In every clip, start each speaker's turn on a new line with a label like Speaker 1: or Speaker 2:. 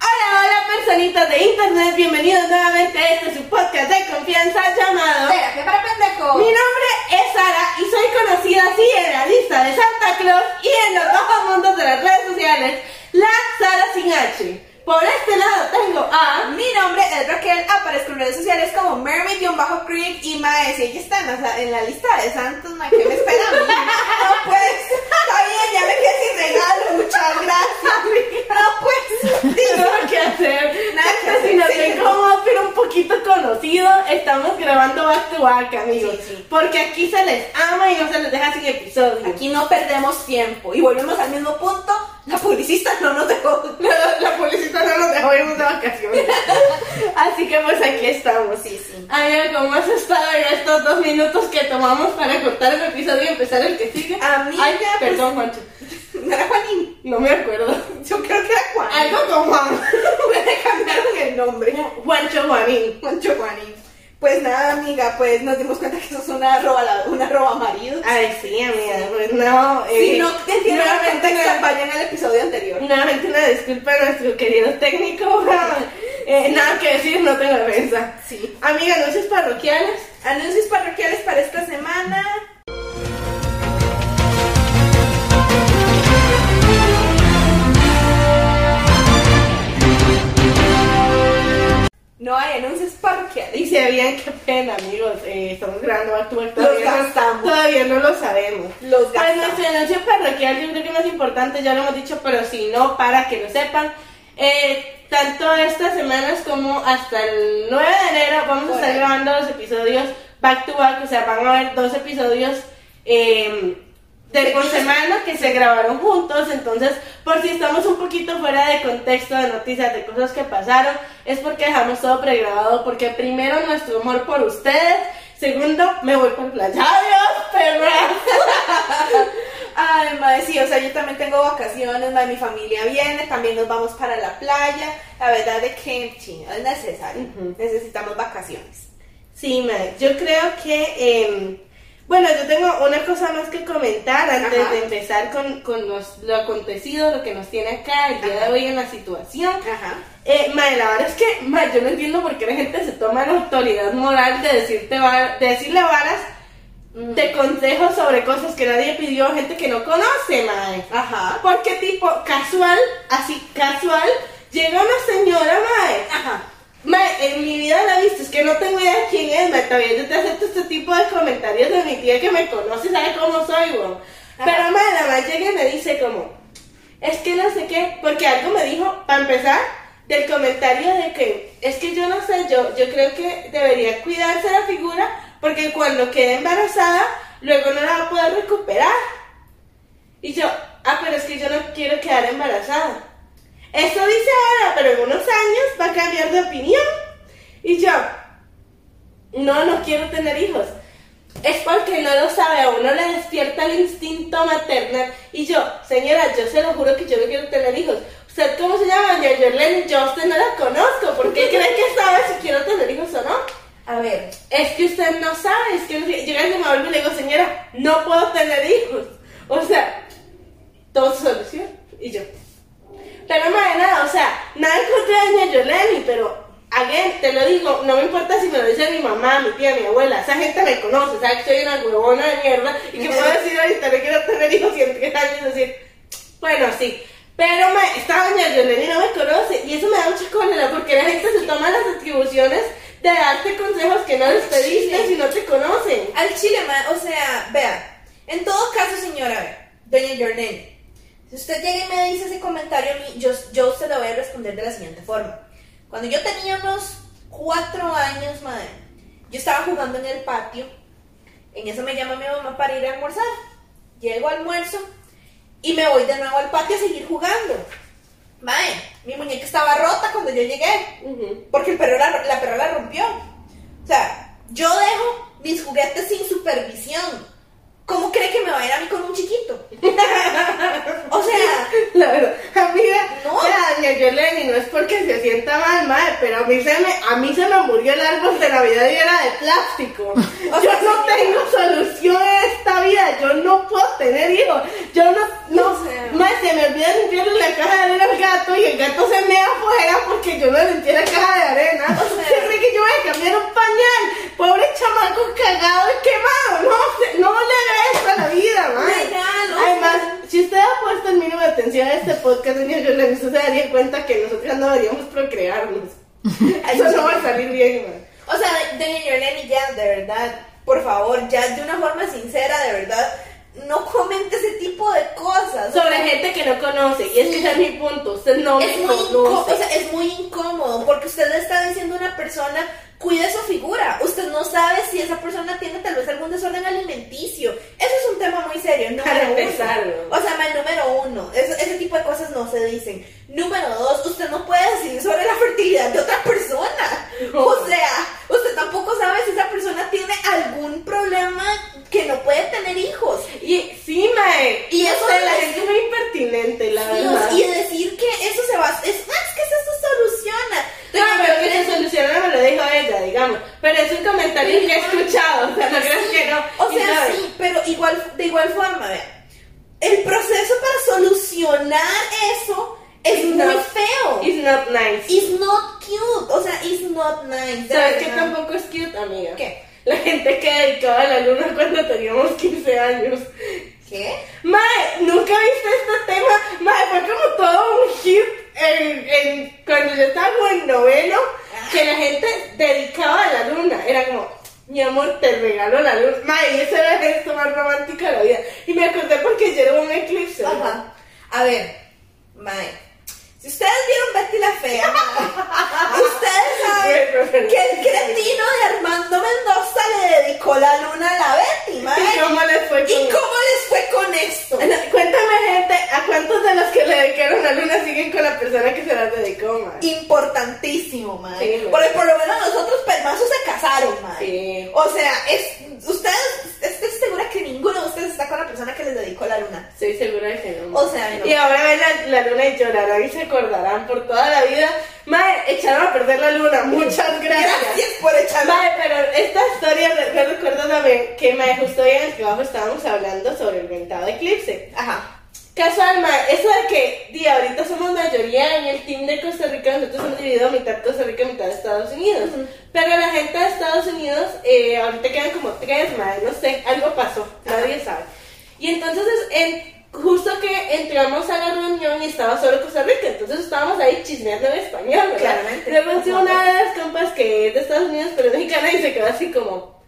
Speaker 1: Hola, hola personitas de internet, bienvenidos nuevamente a este su podcast de confianza llamado
Speaker 2: Espérate, para pendejo.
Speaker 1: Mi nombre es Sara y soy conocida así en la lista de Santa Claus y en los bajos mundos de las redes sociales, la Sara sin H. Por este lado tengo a...
Speaker 2: Mi nombre es Raquel, aparezco en redes sociales como Mermaid-Creek y Mae. Si ella está en la, sa- en la lista de santos, Mae, ¿qué me espera a mí? No, pues, está bien, ya me quedé sin regalo, muchas gracias. No, pues,
Speaker 1: Tengo que hacer.
Speaker 2: Nada que
Speaker 1: Este, si no
Speaker 2: hacer, sí.
Speaker 1: tengo más, pero un poquito conocido, estamos grabando back to back, amigos.
Speaker 2: Sí, sí.
Speaker 1: Porque aquí se les ama y no se les deja sin episodio.
Speaker 2: aquí no perdemos tiempo y volvemos al mismo punto. La publicista no nos dejó.
Speaker 1: La, la publicita no nos dejó irnos de vacaciones. Así que pues aquí estamos.
Speaker 2: Sí, sí.
Speaker 1: Amiga, ¿cómo has estado en estos dos minutos que tomamos para cortar el episodio y empezar el que sigue?
Speaker 2: Amiga,
Speaker 1: Ay,
Speaker 2: pues-
Speaker 1: perdón, Juancho.
Speaker 2: ¿No era Juanín?
Speaker 1: No me acuerdo.
Speaker 2: Yo creo que era Juan.
Speaker 1: Algo con Juan.
Speaker 2: Me cambiaron el nombre.
Speaker 1: Juancho Juanín.
Speaker 2: Juancho Juanín. Pues nada, amiga, pues nos dimos cuenta que eso es una roba, una roba marido.
Speaker 1: Ay, sí, amiga. Pues no.
Speaker 2: Si
Speaker 1: eh,
Speaker 2: no te entiendo la
Speaker 1: nuevamente
Speaker 2: contexto,
Speaker 1: una-
Speaker 2: vayan al episodio anterior.
Speaker 1: Nuevamente una disculpa a nuestro querido técnico. Eh, nada que decir, no tengo defensa.
Speaker 2: Sí.
Speaker 1: Amiga, anuncios parroquiales.
Speaker 2: Anuncios parroquiales para esta semana. No hay anuncios parroquiales.
Speaker 1: Y si habían qué pena, amigos. eh, estamos grabando back to back,
Speaker 2: Los
Speaker 1: Todavía, no,
Speaker 2: gastamos.
Speaker 1: todavía no lo sabemos.
Speaker 2: Los
Speaker 1: Pues
Speaker 2: gastamos.
Speaker 1: nuestra anuncio parroquial, yo creo que más importante, ya lo hemos dicho, pero si no, para que lo sepan. eh, tanto estas semanas como hasta el 9 de enero vamos a estar
Speaker 2: Correcto.
Speaker 1: grabando los episodios back to back, o sea, van a haber dos episodios eh, de por semana que se grabaron juntos, entonces por si estamos un poquito fuera de contexto de noticias, de cosas que pasaron, es porque dejamos todo pregrabado, porque primero nuestro amor por ustedes, segundo me voy por playa, adiós, perra.
Speaker 2: Ay, madre, sí, o sea, yo también tengo vacaciones, madre, mi familia viene, también nos vamos para la playa. La verdad es que chino, es necesario,
Speaker 1: Ujú.
Speaker 2: necesitamos vacaciones.
Speaker 1: Sí, Mae, yo creo que, eh, bueno, yo tengo una cosa más que comentar antes
Speaker 2: Ajá.
Speaker 1: de empezar con, con los- lo acontecido, lo que nos tiene acá el día
Speaker 2: Ajá.
Speaker 1: de hoy en la situación.
Speaker 2: Ajá.
Speaker 1: Eh, mae, la verdad es que, mae, yo no entiendo por qué la gente se toma la autoridad moral de, decirte va- de decirle varas
Speaker 2: Mm.
Speaker 1: de consejos sobre cosas que nadie pidió, gente que no conoce, mae.
Speaker 2: Ajá.
Speaker 1: Porque tipo, casual, así casual, llega una señora, mae,
Speaker 2: Ajá.
Speaker 1: Ma, en mi vida la he visto, es que no tengo idea quién es, ma, también yo te acepto este tipo de comentarios de mi tía que me conoce y sabe cómo soy, weón. Pero, ma, la ma llega y me dice como, es que no sé qué, porque algo me dijo, para empezar, del comentario de que, es que yo no sé, yo, yo creo que debería cuidarse la figura, porque cuando quede embarazada, luego no la va a poder recuperar. Y yo, ah, pero es que yo no quiero quedar embarazada. Eso dice ahora, pero en unos años va a cambiar de opinión. Y yo, no, no quiero tener hijos. Es porque no lo sabe, a uno le despierta el instinto maternal. Y yo, señora, yo se lo juro que yo no quiero tener hijos. ¿Usted cómo se llama? Doña Jorlen, yo a usted no la conozco. ¿Por qué cree que sabe si quiero tener hijos o no?
Speaker 2: A ver.
Speaker 1: es que usted no sabe, es que no sé. Llega el señor y le digo, señora, no puedo tener hijos. O sea, todo se soluciona. Y yo. Pero madre, nada, o sea, nada en contra de doña Yolani, pero again, te lo digo, no me importa si me lo dice mi mamá, mi tía, mi abuela, esa gente me conoce, sabe que soy una huevona de mierda y que puedo decir ahorita no quiero tener hijos y en tres años decir, bueno, sí. Pero ma, esta doña Yoleni no me conoce y eso me da mucha cólera porque la gente se toma las atribuciones de darte consejos que no les pediste
Speaker 2: Sí.
Speaker 1: si no te conocen.
Speaker 2: Al chile, ma, o sea, vea. En todo caso, señora, a ver, doña Jornel, si usted llega y me dice ese comentario a mí, yo, yo se lo voy a responder de la siguiente forma. Cuando yo tenía unos cuatro años, madre, yo estaba jugando en el patio. En eso me llama mi mamá para ir a almorzar. llego a almuerzo y me voy de nuevo al patio a seguir jugando. Mae, mi muñeca estaba rota cuando yo llegué.
Speaker 1: Ujú.
Speaker 2: Porque el perro la, la perra la rompió. O sea, yo dejo mis juguetes sin supervisión. ¿Cómo cree que me va a ir a mí con un chiquito? o sea,
Speaker 1: La verdad, amiga,
Speaker 2: No.
Speaker 1: o sea, doña Yoleni, no es porque se sienta mal, madre, pero a mí se me, a mí se me murió el árbol de Navidad y era de plástico. yo no tengo solución a esta vida, yo no puedo tener hijos, yo no, no,
Speaker 2: O sea.
Speaker 1: madre, se me olvida limpiarle la caja de arena al gato y el gato se me afuera porque yo no limpié la caja de arena.
Speaker 2: O sea.
Speaker 1: Siempre que yo voy a cambiar un pañal, pobre chamaco cagado y quemado, no, se- no le agradezco a la vida, madre.
Speaker 2: Legal, o sea.
Speaker 1: Además, si usted ha puesto el mínimo de atención a este podcast, doña Yolanda, usted se daría cuenta que nosotras no deberíamos procrearnos. Eso no va a salir bien, man.
Speaker 2: o sea, doña Yoleni, ya, de verdad, por favor, ya de una forma sincera, de verdad, no comente ese tipo de cosas.
Speaker 1: Sobre gente que no conoce, y es que ese es mi punto, usted no me
Speaker 2: es muy,
Speaker 1: conoce.
Speaker 2: incó- o sea, es muy incómodo porque usted le está diciendo a una persona, cuide su figura. Usted no sabe si esa persona tiene tal vez algún desorden alimenticio. Eso es un tema muy serio. número
Speaker 1: Para
Speaker 2: uno.
Speaker 1: empezarlo.
Speaker 2: O sea, mal número uno. es- ese tipo de cosas no se dicen. Número dos, usted no puede decidir sobre la fertilidad de otra persona.
Speaker 1: No.
Speaker 2: O sea, usted tampoco sabe si esa persona tiene algún problema que no puede tener hijos.
Speaker 1: y sí, mae.
Speaker 2: Y eso
Speaker 1: o sea, la
Speaker 2: es-
Speaker 1: gente es muy impertinente, la
Speaker 2: Dios,
Speaker 1: verdad.
Speaker 2: y decir que eso se va a... Es, "Ah, es que eso se soluciona.
Speaker 1: No, pero que se solucionara me lo dijo ella, digamos. Pero es un comentario que he escuchado, o sea, no creas que no.
Speaker 2: O
Speaker 1: Y
Speaker 2: sea,
Speaker 1: sabe,
Speaker 2: sí, pero igual, de igual forma, vea. El proceso para solucionar eso es
Speaker 1: No.
Speaker 2: muy feo.
Speaker 1: It's not nice.
Speaker 2: It's not cute. O sea, it's not nice. de
Speaker 1: ¿Sabes qué
Speaker 2: verdad.
Speaker 1: tampoco es cute, amiga?
Speaker 2: ¿Qué?
Speaker 1: La gente que dedicaba la luna cuando teníamos 15 años.
Speaker 2: ¿Qué?
Speaker 1: Mae, nunca viste este tema. Mae, fue como todo un hit en, en- cuando yo estaba como en noveno, que la gente dedicaba a la luna. Era como, mi amor, te regalo la luna. Mae, y esa era la gesto más romántica de la vida. Y me acordé porque yo era un eclipse. ¿no?
Speaker 2: Ajá. A ver, Mae. Si ustedes vieron Betty la Fea, mae, ustedes
Speaker 1: Bueno,
Speaker 2: saben
Speaker 1: pero-
Speaker 2: que el cretino de Armando Mendoza le dedicó la luna a la Betty,
Speaker 1: ¿Y
Speaker 2: Mae.
Speaker 1: cómo les fue con
Speaker 2: ¿Y cómo les fue con esto?
Speaker 1: Cuéntame, gente, ¿a cuántos de los que le dedicaron la luna siguen con la persona que se la dedicó, mae?
Speaker 2: importantísimo, madre.
Speaker 1: Sí,
Speaker 2: Porque por lo menos nosotros pelmazos se casaron, madre.
Speaker 1: Sí.
Speaker 2: O sea, es, ustedes, estoy segura que ninguno de ustedes está con la persona que les dedicó la luna.
Speaker 1: Estoy segura de que no.
Speaker 2: O sea, no.
Speaker 1: Y ahora ven la, la luna y llorarán y se acordarán por toda la vida. Madre, echaron a perder la luna. Muchas gracias.
Speaker 2: Gracias por echarme.
Speaker 1: Madre, pero esta historia, re- yo recuerdo también que madre, justo hoy en el trabajo estábamos hablando sobre el ventado eclipse.
Speaker 2: Ajá.
Speaker 1: Casual, madre, eso de que, di, ahorita somos mayoría en el team de Costa Rica, nosotros hemos dividido mitad Costa Rica y mitad de Estados Unidos. Pero la gente de Estados Unidos, eh, ahorita quedan como tres, madre, no sé, algo pasó, nadie sabe. Y entonces, en- justo que entramos a la reunión y estaba solo Costa Rica, entonces estábamos ahí chismeando en español, ¿verdad?
Speaker 2: Claramente.
Speaker 1: Luego entró una de las compas que es de Estados Unidos, pero es mexicana, y se quedó así como,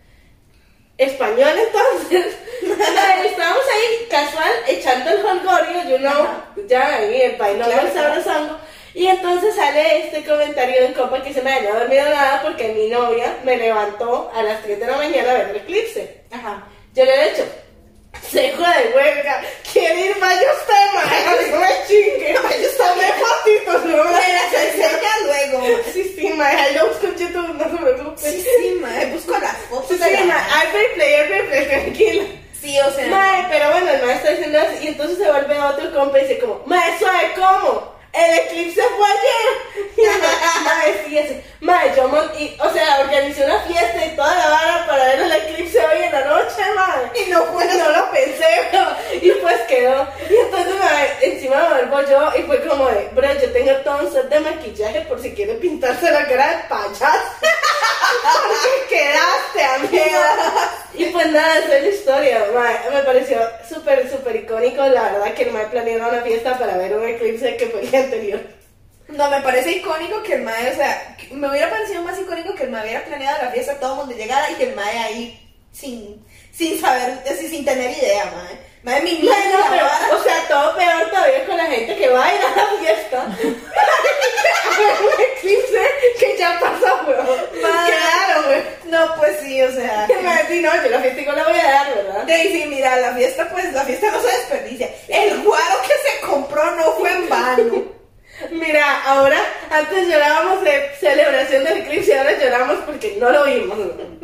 Speaker 1: español entonces. Madre, Estábamos ahí casual echando el jolgorio, yo
Speaker 2: Ajá.
Speaker 1: no, ya ahí el bailón
Speaker 2: Claro.
Speaker 1: del sabrosongo. Y entonces sale este comentario de un compa que se me había dormido nada porque mi novia me levantó a las 3 de la mañana a ver el eclipse.
Speaker 2: Ajá.
Speaker 1: Yo le he dicho, seco de huelga, quiere ir mayo usted, madre, no me chingue, yo tomé fotitos, pues, no
Speaker 2: Me las
Speaker 1: me
Speaker 2: enseña luego.
Speaker 1: Sí, sí, madre, ahí lo busco en YouTube, no se preocupe.
Speaker 2: Sí,
Speaker 1: Sí,
Speaker 2: sí, madre. Busco las fotos
Speaker 1: sí,
Speaker 2: de la-
Speaker 1: madre, hay replay, hay replay, tranquila.
Speaker 2: Sí, o sea.
Speaker 1: Mae, pero bueno, el maestro diciendo así, y entonces se vuelve a otro compa y dice como, mae, suave, ¿cómo? El eclipse fue ayer. Y yo, mae, sí, así, mae, yo, mon- y, o sea, organizé una fiesta y toda la vara para ver el eclipse hoy en la noche, mae.
Speaker 2: Y no fue.
Speaker 1: Pues no lo pensé, bro. Y pues quedó. Y entonces mae, encima me vuelvo yo y fue como de, bro, yo tengo todo un set de maquillaje por si quiere pintarse la cara de payaso. Porque quedaste, amiga. Y pues nada, esa es la historia. mae. Me pareció súper, súper icónico. La verdad que el mae planeaba una fiesta para ver un eclipse que fue el día anterior.
Speaker 2: No, me parece icónico que el mae, o sea, que- me hubiera parecido más icónico que el mae hubiera planeado la fiesta todo el mundo llegara y que el mae ahí sin, sin saber, así, sin tener idea, mae. Mae, mi mierda,
Speaker 1: Bueno, pero, o sea, todo peor todavía con la gente que va a ir a la fiesta. un eclipse que ya pasó, weón.
Speaker 2: Ma.
Speaker 1: Claro, weón.
Speaker 2: No, pues sí, o sea.
Speaker 1: Que me decís, no, yo la fiesta la voy a dar, ¿verdad?
Speaker 2: Daisy, mira, la fiesta, pues, la fiesta no se desperdicia. El guaro que se compró no fue en vano.
Speaker 1: Mira, ahora, antes llorábamos de celebración del eclipse y ahora lloramos porque no lo vimos. weón.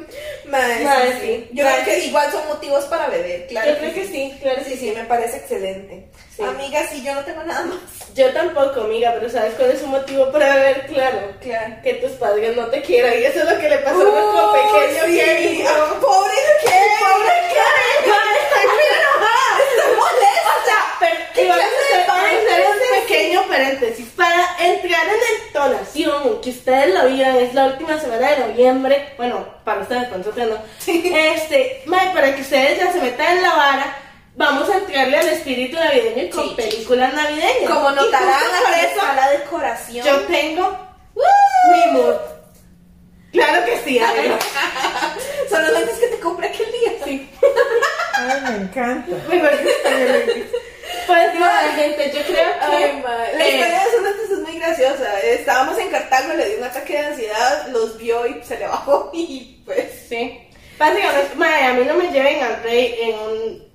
Speaker 2: Madre,
Speaker 1: Madre,
Speaker 2: sí,
Speaker 1: sí.
Speaker 2: Yo
Speaker 1: Madre,
Speaker 2: creo que
Speaker 1: sí.
Speaker 2: igual son motivos para beber, claro.
Speaker 1: Yo creo que sí, claro que
Speaker 2: Sí,
Speaker 1: sí.
Speaker 2: sí, me parece excelente.
Speaker 1: Sí.
Speaker 2: Amiga, sí, yo no tengo nada más.
Speaker 1: Yo tampoco, amiga, pero ¿sabes cuál es un motivo para beber? Claro.
Speaker 2: Claro.
Speaker 1: Que tus padres no te quieran y eso es lo que le pasó a nuestro
Speaker 2: Uy,
Speaker 1: pequeño
Speaker 2: sí,
Speaker 1: Kevin.
Speaker 2: ah, Pobre Kevin.
Speaker 1: Pobre Kevin.
Speaker 2: Está muy enojada. Está molesta.
Speaker 1: Y vamos a hacer un pequeño paréntesis para entrar en entonación, que ustedes lo vieron, es la última semana de noviembre, bueno, para ustedes, para nosotros no. Este, mae, para que ustedes ya se metan en la vara, vamos a entrarle al espíritu navideño con
Speaker 2: Sí.
Speaker 1: películas navideñas.
Speaker 2: Como
Speaker 1: Y justo
Speaker 2: notarán,
Speaker 1: por
Speaker 2: aquí
Speaker 1: eso
Speaker 2: está la decoración.
Speaker 1: yo tengo mi mood. Claro que sí, a ver.
Speaker 2: Solamente es que te compré aquel día.
Speaker 1: Sí.
Speaker 3: Ay, me encanta.
Speaker 1: Muy bueno. Pues nada, gente, yo creo que...
Speaker 2: Ay, madre. La
Speaker 1: eh,
Speaker 2: historia de Sócrates es muy graciosa. Estábamos en Cartago, le dio un ataque de ansiedad, los vio y se le bajó y pues.
Speaker 1: Sí. este, Básicamente, madre, a mí no me lleven al rey en un.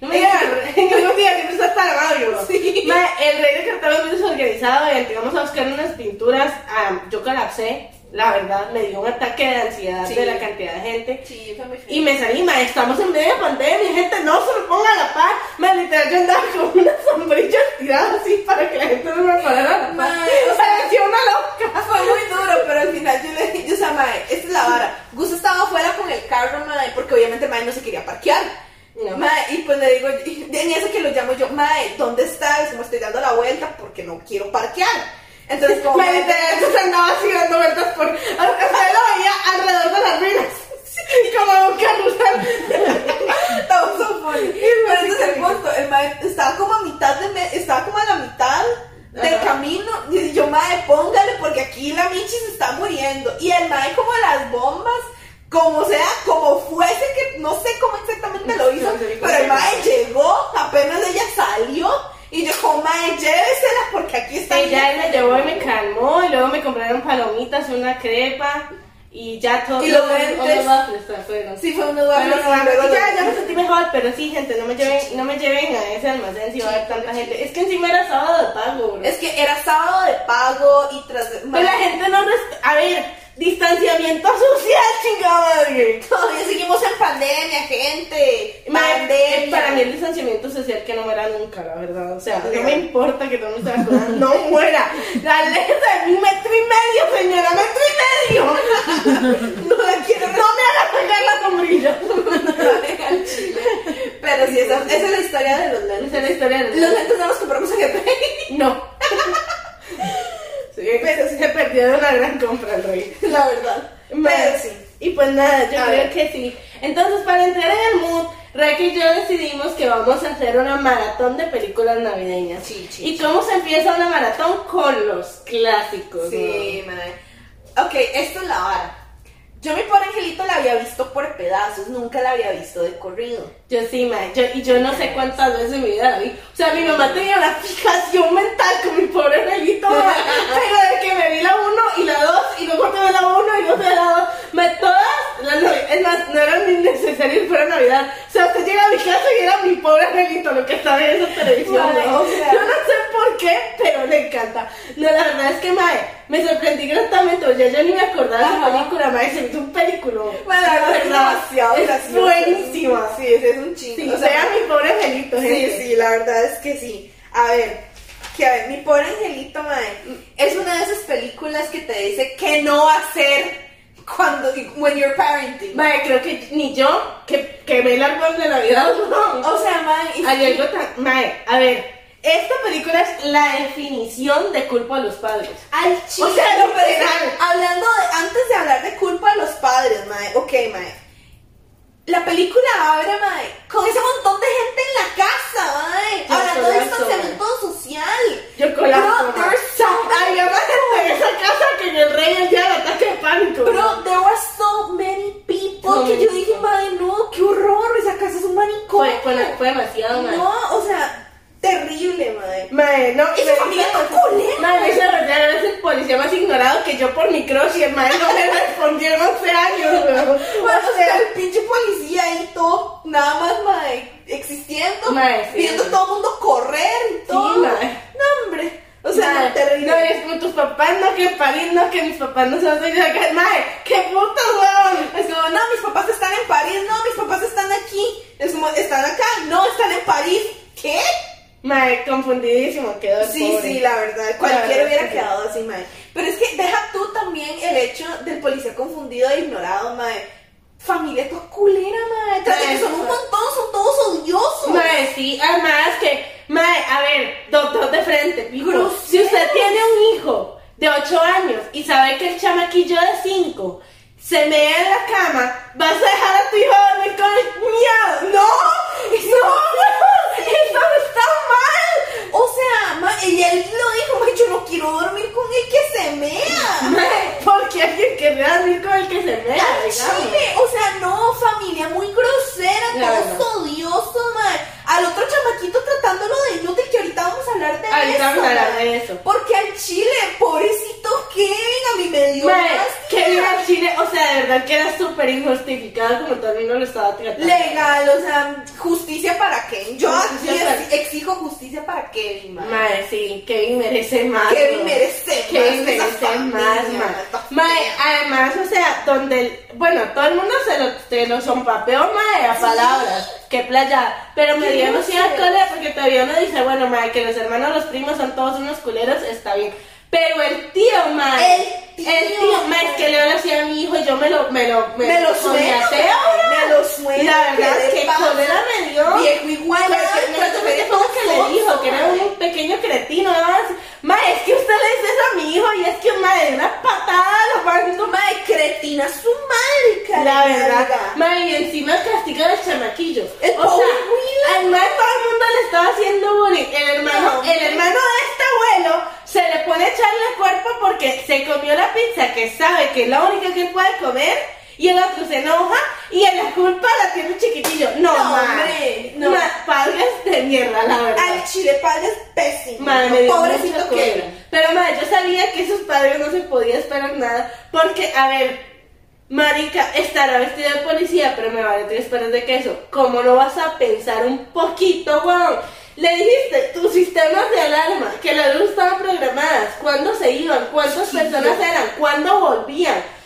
Speaker 1: No me
Speaker 2: Mira,
Speaker 1: lleven al rey en un día, siempre está tarado, yo.
Speaker 2: Sí.
Speaker 1: Madre, el rey de Cartago es muy desorganizado y vamos a buscar unas pinturas. ah, yo colapsé, la verdad, me dio un ataque de ansiedad
Speaker 2: Sí.
Speaker 1: de la cantidad de gente.
Speaker 2: Sí, yo también.
Speaker 1: Y me salí, madre, estamos en medio de pandemia, gente, no se me ponga a la par. Madre, literal, yo andaba con unas sombrillas tiradas así para que la gente no me parara.
Speaker 2: Madre,
Speaker 1: Madre, o sea, parecía una loca.
Speaker 2: Fue muy duro, pero al final yo le dije, o sea, mae, esta es la vara. Gus estaba afuera con el carro, mae, porque obviamente mae no se quería parquear.
Speaker 1: No.
Speaker 2: Mae, y pues le digo, y en eso que lo llamo yo, mae, ¿dónde está? Es como estoy dando la vuelta porque no quiero parquear. Entonces, como.
Speaker 1: Me literal se andaba así dando vueltas por. Usted lo veía alrededor de las ruinas. Como un carrusel.
Speaker 2: Estaba so funny. Pero ese es el punto. El mae estaba como a mitad de me- estaba como a la mitad del
Speaker 1: Ajá.
Speaker 2: camino. Y yo, mae, póngale, porque aquí la Michi se está muriendo. Y el mae como las bombas, como sea, como fuese que no sé cómo exactamente lo hizo.
Speaker 1: No sé ni cómo
Speaker 2: pero el
Speaker 1: lo
Speaker 2: mae llegó, apenas ella salió. Y yo, como mae, llévesela porque aquí está.
Speaker 1: Y ya él me llevó y me calmó. Y luego me compraron palomitas, una crepa. Y ya todo.
Speaker 2: Y los
Speaker 1: unos-
Speaker 2: lentes.
Speaker 1: unos waffles, ¿te acuerdas?
Speaker 2: Sí, fue un lugar.
Speaker 1: Pero
Speaker 2: muy
Speaker 1: ya,
Speaker 2: raro.
Speaker 1: ya, ya me sentí mejor, pero sí, gente, no me lleven, no me lleven a ese almacén si va a haber tanta gente. Es que encima era sábado de pago, bro.
Speaker 2: Es que era sábado de pago y tras.
Speaker 1: Pero la gente no resp- A ver, distanciamiento social, chingada madre.
Speaker 2: Todavía seguimos en pandemia, gente.
Speaker 1: Mae,
Speaker 2: Pandemia.
Speaker 1: para mí el distanciamiento social que no muera nunca, la verdad. O sea, no me importa que todo me esté vacunando, no muera. La ley de mí, metro y medio, señora, metro y medio.
Speaker 2: no la quiero
Speaker 1: No me hagas sacar la sombrilla.
Speaker 2: retomar al chile. Pero sí, esa, esa es la historia de los lentes.
Speaker 1: Esa es la historia de
Speaker 2: Los lentes no los compramos a GP.
Speaker 1: No. Sí, pero sí se perdió de una gran compra el rey.
Speaker 2: La verdad. Pero sí.
Speaker 1: Y pues nada, yo
Speaker 2: A
Speaker 1: creo
Speaker 2: ver.
Speaker 1: que sí. Entonces, para entrar en el mood, Raquel y yo decidimos que vamos a hacer una maratón de películas navideñas.
Speaker 2: Sí, sí,
Speaker 1: ¿Y cómo se empieza una maratón? Con los clásicos.
Speaker 2: Sí, madre. Ok, esto es la vara. Yo mi pobre angelito la había visto por pedazos, nunca la había visto de corrido.
Speaker 1: ¿no? Yo sí, ma, yo, y yo no sé cuántas veces en mi vida la vi. O sea, mi mamá tenía una fijación mental con mi pobre angelito, ma, pero de que me vi la 1 y la 2, y luego te ve la 1 y luego te ve la 2, ma, todas, las navi- es más, no eran ni necesarias para Navidad. O sea, usted llega a mi casa y era mi pobre angelito lo que estaba en esa televisión.
Speaker 2: Madre,
Speaker 1: ¿no?
Speaker 2: o sea.
Speaker 1: Yo no sé por qué, pero le encanta. No, la verdad es que, mae, me sorprendí gratamente, o sea, yo ni me acordaba de
Speaker 2: Ajá.
Speaker 1: la película, mae, se me hizo un peliculón.
Speaker 2: Bueno, la verdad es demasiado
Speaker 1: Es
Speaker 2: graciosa.
Speaker 1: buenísima.
Speaker 2: Sí, es, es un chingo.
Speaker 1: Sí, o sea, mi pobre angelito,
Speaker 2: Sí,
Speaker 1: gente.
Speaker 2: sí, la verdad es que sí. A ver, que a ver, mi pobre angelito, mae, es una de esas películas que te dice que no hacer cuando, when you're parenting.
Speaker 1: Mae, creo que ni yo, que, que ve el árbol de Navidad, no.
Speaker 2: O sea, mae, y-
Speaker 1: Hay algo tan- Mae, a ver, esta película es la definición de culpa a los padres.
Speaker 2: al chile.
Speaker 1: O sea, lo pedal.
Speaker 2: Hablando de, antes de hablar de culpa de los padres, mae, ok, mae. La película abre, mae, con ese montón de gente en la casa, mae.
Speaker 1: Yo
Speaker 2: hablando de
Speaker 1: colapso,
Speaker 2: distanciamiento social.
Speaker 1: Yo colapso.
Speaker 2: Bro,
Speaker 1: mae.
Speaker 2: there's so-
Speaker 1: Había más gente en esa casa que en el rey el día del ataque de pánico.
Speaker 2: Bro, there were so many people
Speaker 1: So
Speaker 2: que
Speaker 1: many
Speaker 2: yo dije,
Speaker 1: people.
Speaker 2: madre, no, qué horror, esa casa es un manicomio.
Speaker 1: Fue, fue- fue demasiado, mae.
Speaker 2: No, o sea, terrible, madre.
Speaker 1: Mae, no,
Speaker 2: Y
Speaker 1: me-
Speaker 2: su familia tan culera.
Speaker 1: Madre, me hizo rodear, eres el policía más ignorado que yo por mi crush y el madre no me respondió en 11 años, weón.
Speaker 2: Bueno, o sea, el pinche policía ahí todo, nada más, mae, existiendo,
Speaker 1: Mae, sí.
Speaker 2: viendo todo el mundo correr y todo.
Speaker 1: mae.
Speaker 2: No, hombre. O sea,
Speaker 1: Madre,
Speaker 2: no, terrible.
Speaker 1: No, y es como tus papás, no que París, no que mis papás no se van a ir acá. Madre, qué puto weón.
Speaker 2: Es como, no, mis papás están en París, no, mis papás están aquí. Es como, están acá, no, están en París. ¿Qué?
Speaker 1: Madre, confundidísimo quedó. el
Speaker 2: Sí,
Speaker 1: pobre.
Speaker 2: sí, la verdad, cualquiera
Speaker 1: verdad,
Speaker 2: hubiera
Speaker 1: sí.
Speaker 2: quedado así, mae. Pero es que deja tú también el hecho del policía confundido e ignorado, mae. Familia toda culera, mae. Tras de
Speaker 1: Mae,
Speaker 2: que son un
Speaker 1: sí.
Speaker 2: montón, son todos odiosos.
Speaker 1: Mae, sí, además que, mae, a ver, doctor de frente, pico.
Speaker 2: Groseros.
Speaker 1: Si usted tiene un hijo de 8 años y sabe que el chamaquillo de 5 se mea en la cama, ¿vas a dejar a tu hijo dormir con el miedo? ¡No! ¡No!
Speaker 2: Eso está mal. O sea, mae, y él lo dijo, mae, yo no quiero dormir con el que se mea.
Speaker 1: Mae, ¿por qué alguien querría dormir con el que se mea?
Speaker 2: Al
Speaker 1: digamos?
Speaker 2: Chile, o sea, no, familia muy grosera,
Speaker 1: La verdad.
Speaker 2: todos odiosos, mae. Al otro chamaquito tratándolo de inútil, que ahorita vamos a hablar de
Speaker 1: Ahorita
Speaker 2: eso.
Speaker 1: vamos a hablar
Speaker 2: mae.
Speaker 1: de eso.
Speaker 2: Porque al chile, pobrecito Kevin, a mí me dio
Speaker 1: Mae,
Speaker 2: lástima.
Speaker 1: que viva Chile, o sea, de verdad que era súper injustificado como todo el mundo lo estaba tratando.
Speaker 2: Legal, o sea, justicia para Kevin. Yo aquí
Speaker 1: Justicia para-
Speaker 2: ex- exijo justicia para Kevin, mae.
Speaker 1: Mae, sí, Kevin merece más.
Speaker 2: Kevin
Speaker 1: ¿no?
Speaker 2: merece
Speaker 1: Kevin
Speaker 2: más de esa
Speaker 1: merece
Speaker 2: familia,
Speaker 1: más, mae.
Speaker 2: esta
Speaker 1: Mae, además, o sea, donde, el- bueno, todo el mundo se lo, se lo sonpapeó, mae, a palabras. Qué playa. Pero me
Speaker 2: Qué
Speaker 1: dio emoción
Speaker 2: grosero.
Speaker 1: cólera porque todavía uno dice, bueno, mae, que los hermanos, los primos son todos unos culeros, está bien. Pero el tío, mae.
Speaker 2: El tío,
Speaker 1: el tío, mae, es que le lo hacía a mi hijo y yo me lo, me lo,
Speaker 2: Me lo suena,
Speaker 1: coñaceo,
Speaker 2: mae, me lo
Speaker 1: mae.
Speaker 2: suena.
Speaker 1: La verdad,
Speaker 2: ¿qué le
Speaker 1: que
Speaker 2: pasa?
Speaker 1: cólera me dio.
Speaker 2: Viejo igual,
Speaker 1: Pero que no
Speaker 2: trato
Speaker 1: sé qué fue lo que le dijo, que era un pequeño cretino, nada más. Ma, es que usted le dice eso a mi hijo y es que madre, una patada lo mando. ma.
Speaker 2: Mae, cretina su madre, cara.
Speaker 1: La verdad, ma, y encima castiga al chamaquillo.
Speaker 2: El
Speaker 1: o
Speaker 2: pobre
Speaker 1: sea, al mae todo el mundo le estaba haciendo bullying. El hermano,
Speaker 2: No.
Speaker 1: el hermano de este abuelo se le pone a echarle el cuerpo porque se comió la pizza que sabe que es la única que él puede comer. Y el otro se enoja y en la culpa la tiene el chiquitillo. No,
Speaker 2: No,
Speaker 1: ma.
Speaker 2: hombre, no.
Speaker 1: Ma, padres de mierda, la verdad.
Speaker 2: Al chile padre es pésimo.
Speaker 1: Madre, me dio
Speaker 2: Pobrecito
Speaker 1: mucha
Speaker 2: Kevin.
Speaker 1: cólera. Pero madre, yo sabía que esos padres no se podía esperar nada. Porque, a ver, Marica estará vestida de policía, pero me vale tres pares de queso. ¿Cómo no vas a pensar un poquito, weón? Le dijiste tus sistemas de alarma, que las luces estaban programadas, cuándo se iban, cuántas personas eran, cuándo volvían.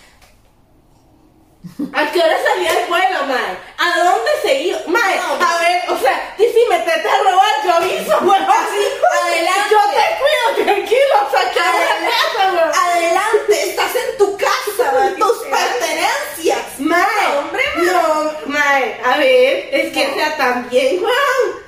Speaker 1: ¿A qué hora salía el vuelo, madre? ¿A dónde se iba? Madre,
Speaker 2: No,
Speaker 1: a ver, o sea, y si me tratas de robar, yo aviso, weón. Así,
Speaker 2: adelante.
Speaker 1: Yo te cuido, tranquilo, sacame la casa, weón.
Speaker 2: Adelante, estás en tu casa, con tus pertenencias.
Speaker 1: Mae,
Speaker 2: hombre,
Speaker 1: no, mae, a ver, es que sea también, weón.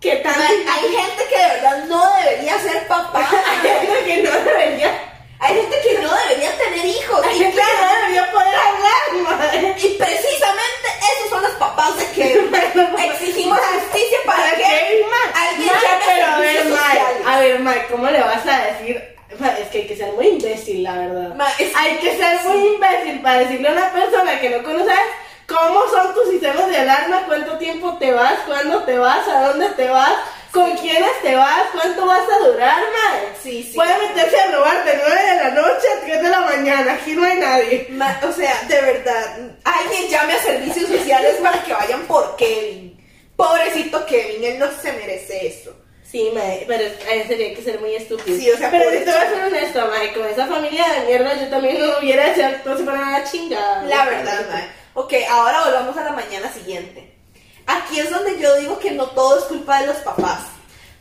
Speaker 1: Que tan
Speaker 2: Mae, hay gente que de verdad no debería ser papá.
Speaker 1: hay gente que no debería,
Speaker 2: Hay gente que no debería tener hijos.
Speaker 1: hay
Speaker 2: Y,
Speaker 1: gente que
Speaker 2: claro,
Speaker 1: no debería poder hablar, mae.
Speaker 2: y precisamente esos son los papás de que
Speaker 1: pues,
Speaker 2: exigimos justicia para que
Speaker 1: qué, mae?
Speaker 2: alguien
Speaker 1: Mae,
Speaker 2: llame
Speaker 1: pero a
Speaker 2: a
Speaker 1: ver,
Speaker 2: servicios sociales.
Speaker 1: mae, a ver, mae, ¿cómo le vas a decir? Mae, Es que hay que ser muy imbécil, la verdad.
Speaker 2: Mae, es-
Speaker 1: Hay que ser muy imbécil para decirle a una persona que no conoces cómo son tus sistemas de alarma, cuánto tiempo te vas, cuándo te vas, a dónde te vas, con quiénes te vas, cuánto vas a durar, mae.
Speaker 2: Sí, sí.
Speaker 1: Puede meterse a robar de 9 de la noche a 3 de la mañana, aquí no hay nadie.
Speaker 2: Ma- o sea, de verdad, alguien llame a servicios sociales para que vayan por Kevin. Pobrecito Kevin, él no se merece eso.
Speaker 1: Sí, mae, pero a ese hay que ser muy estúpido.
Speaker 2: Sí, o sea,
Speaker 1: pero
Speaker 2: pobre
Speaker 1: si te voy a ser honesto, mae, con esa familia de mierda yo también no hubiera deseado que todo se fuera una chingada.
Speaker 2: La verdad, mae. Ok, ahora volvamos a la mañana siguiente. Aquí es donde yo digo que no todo es culpa de los papás.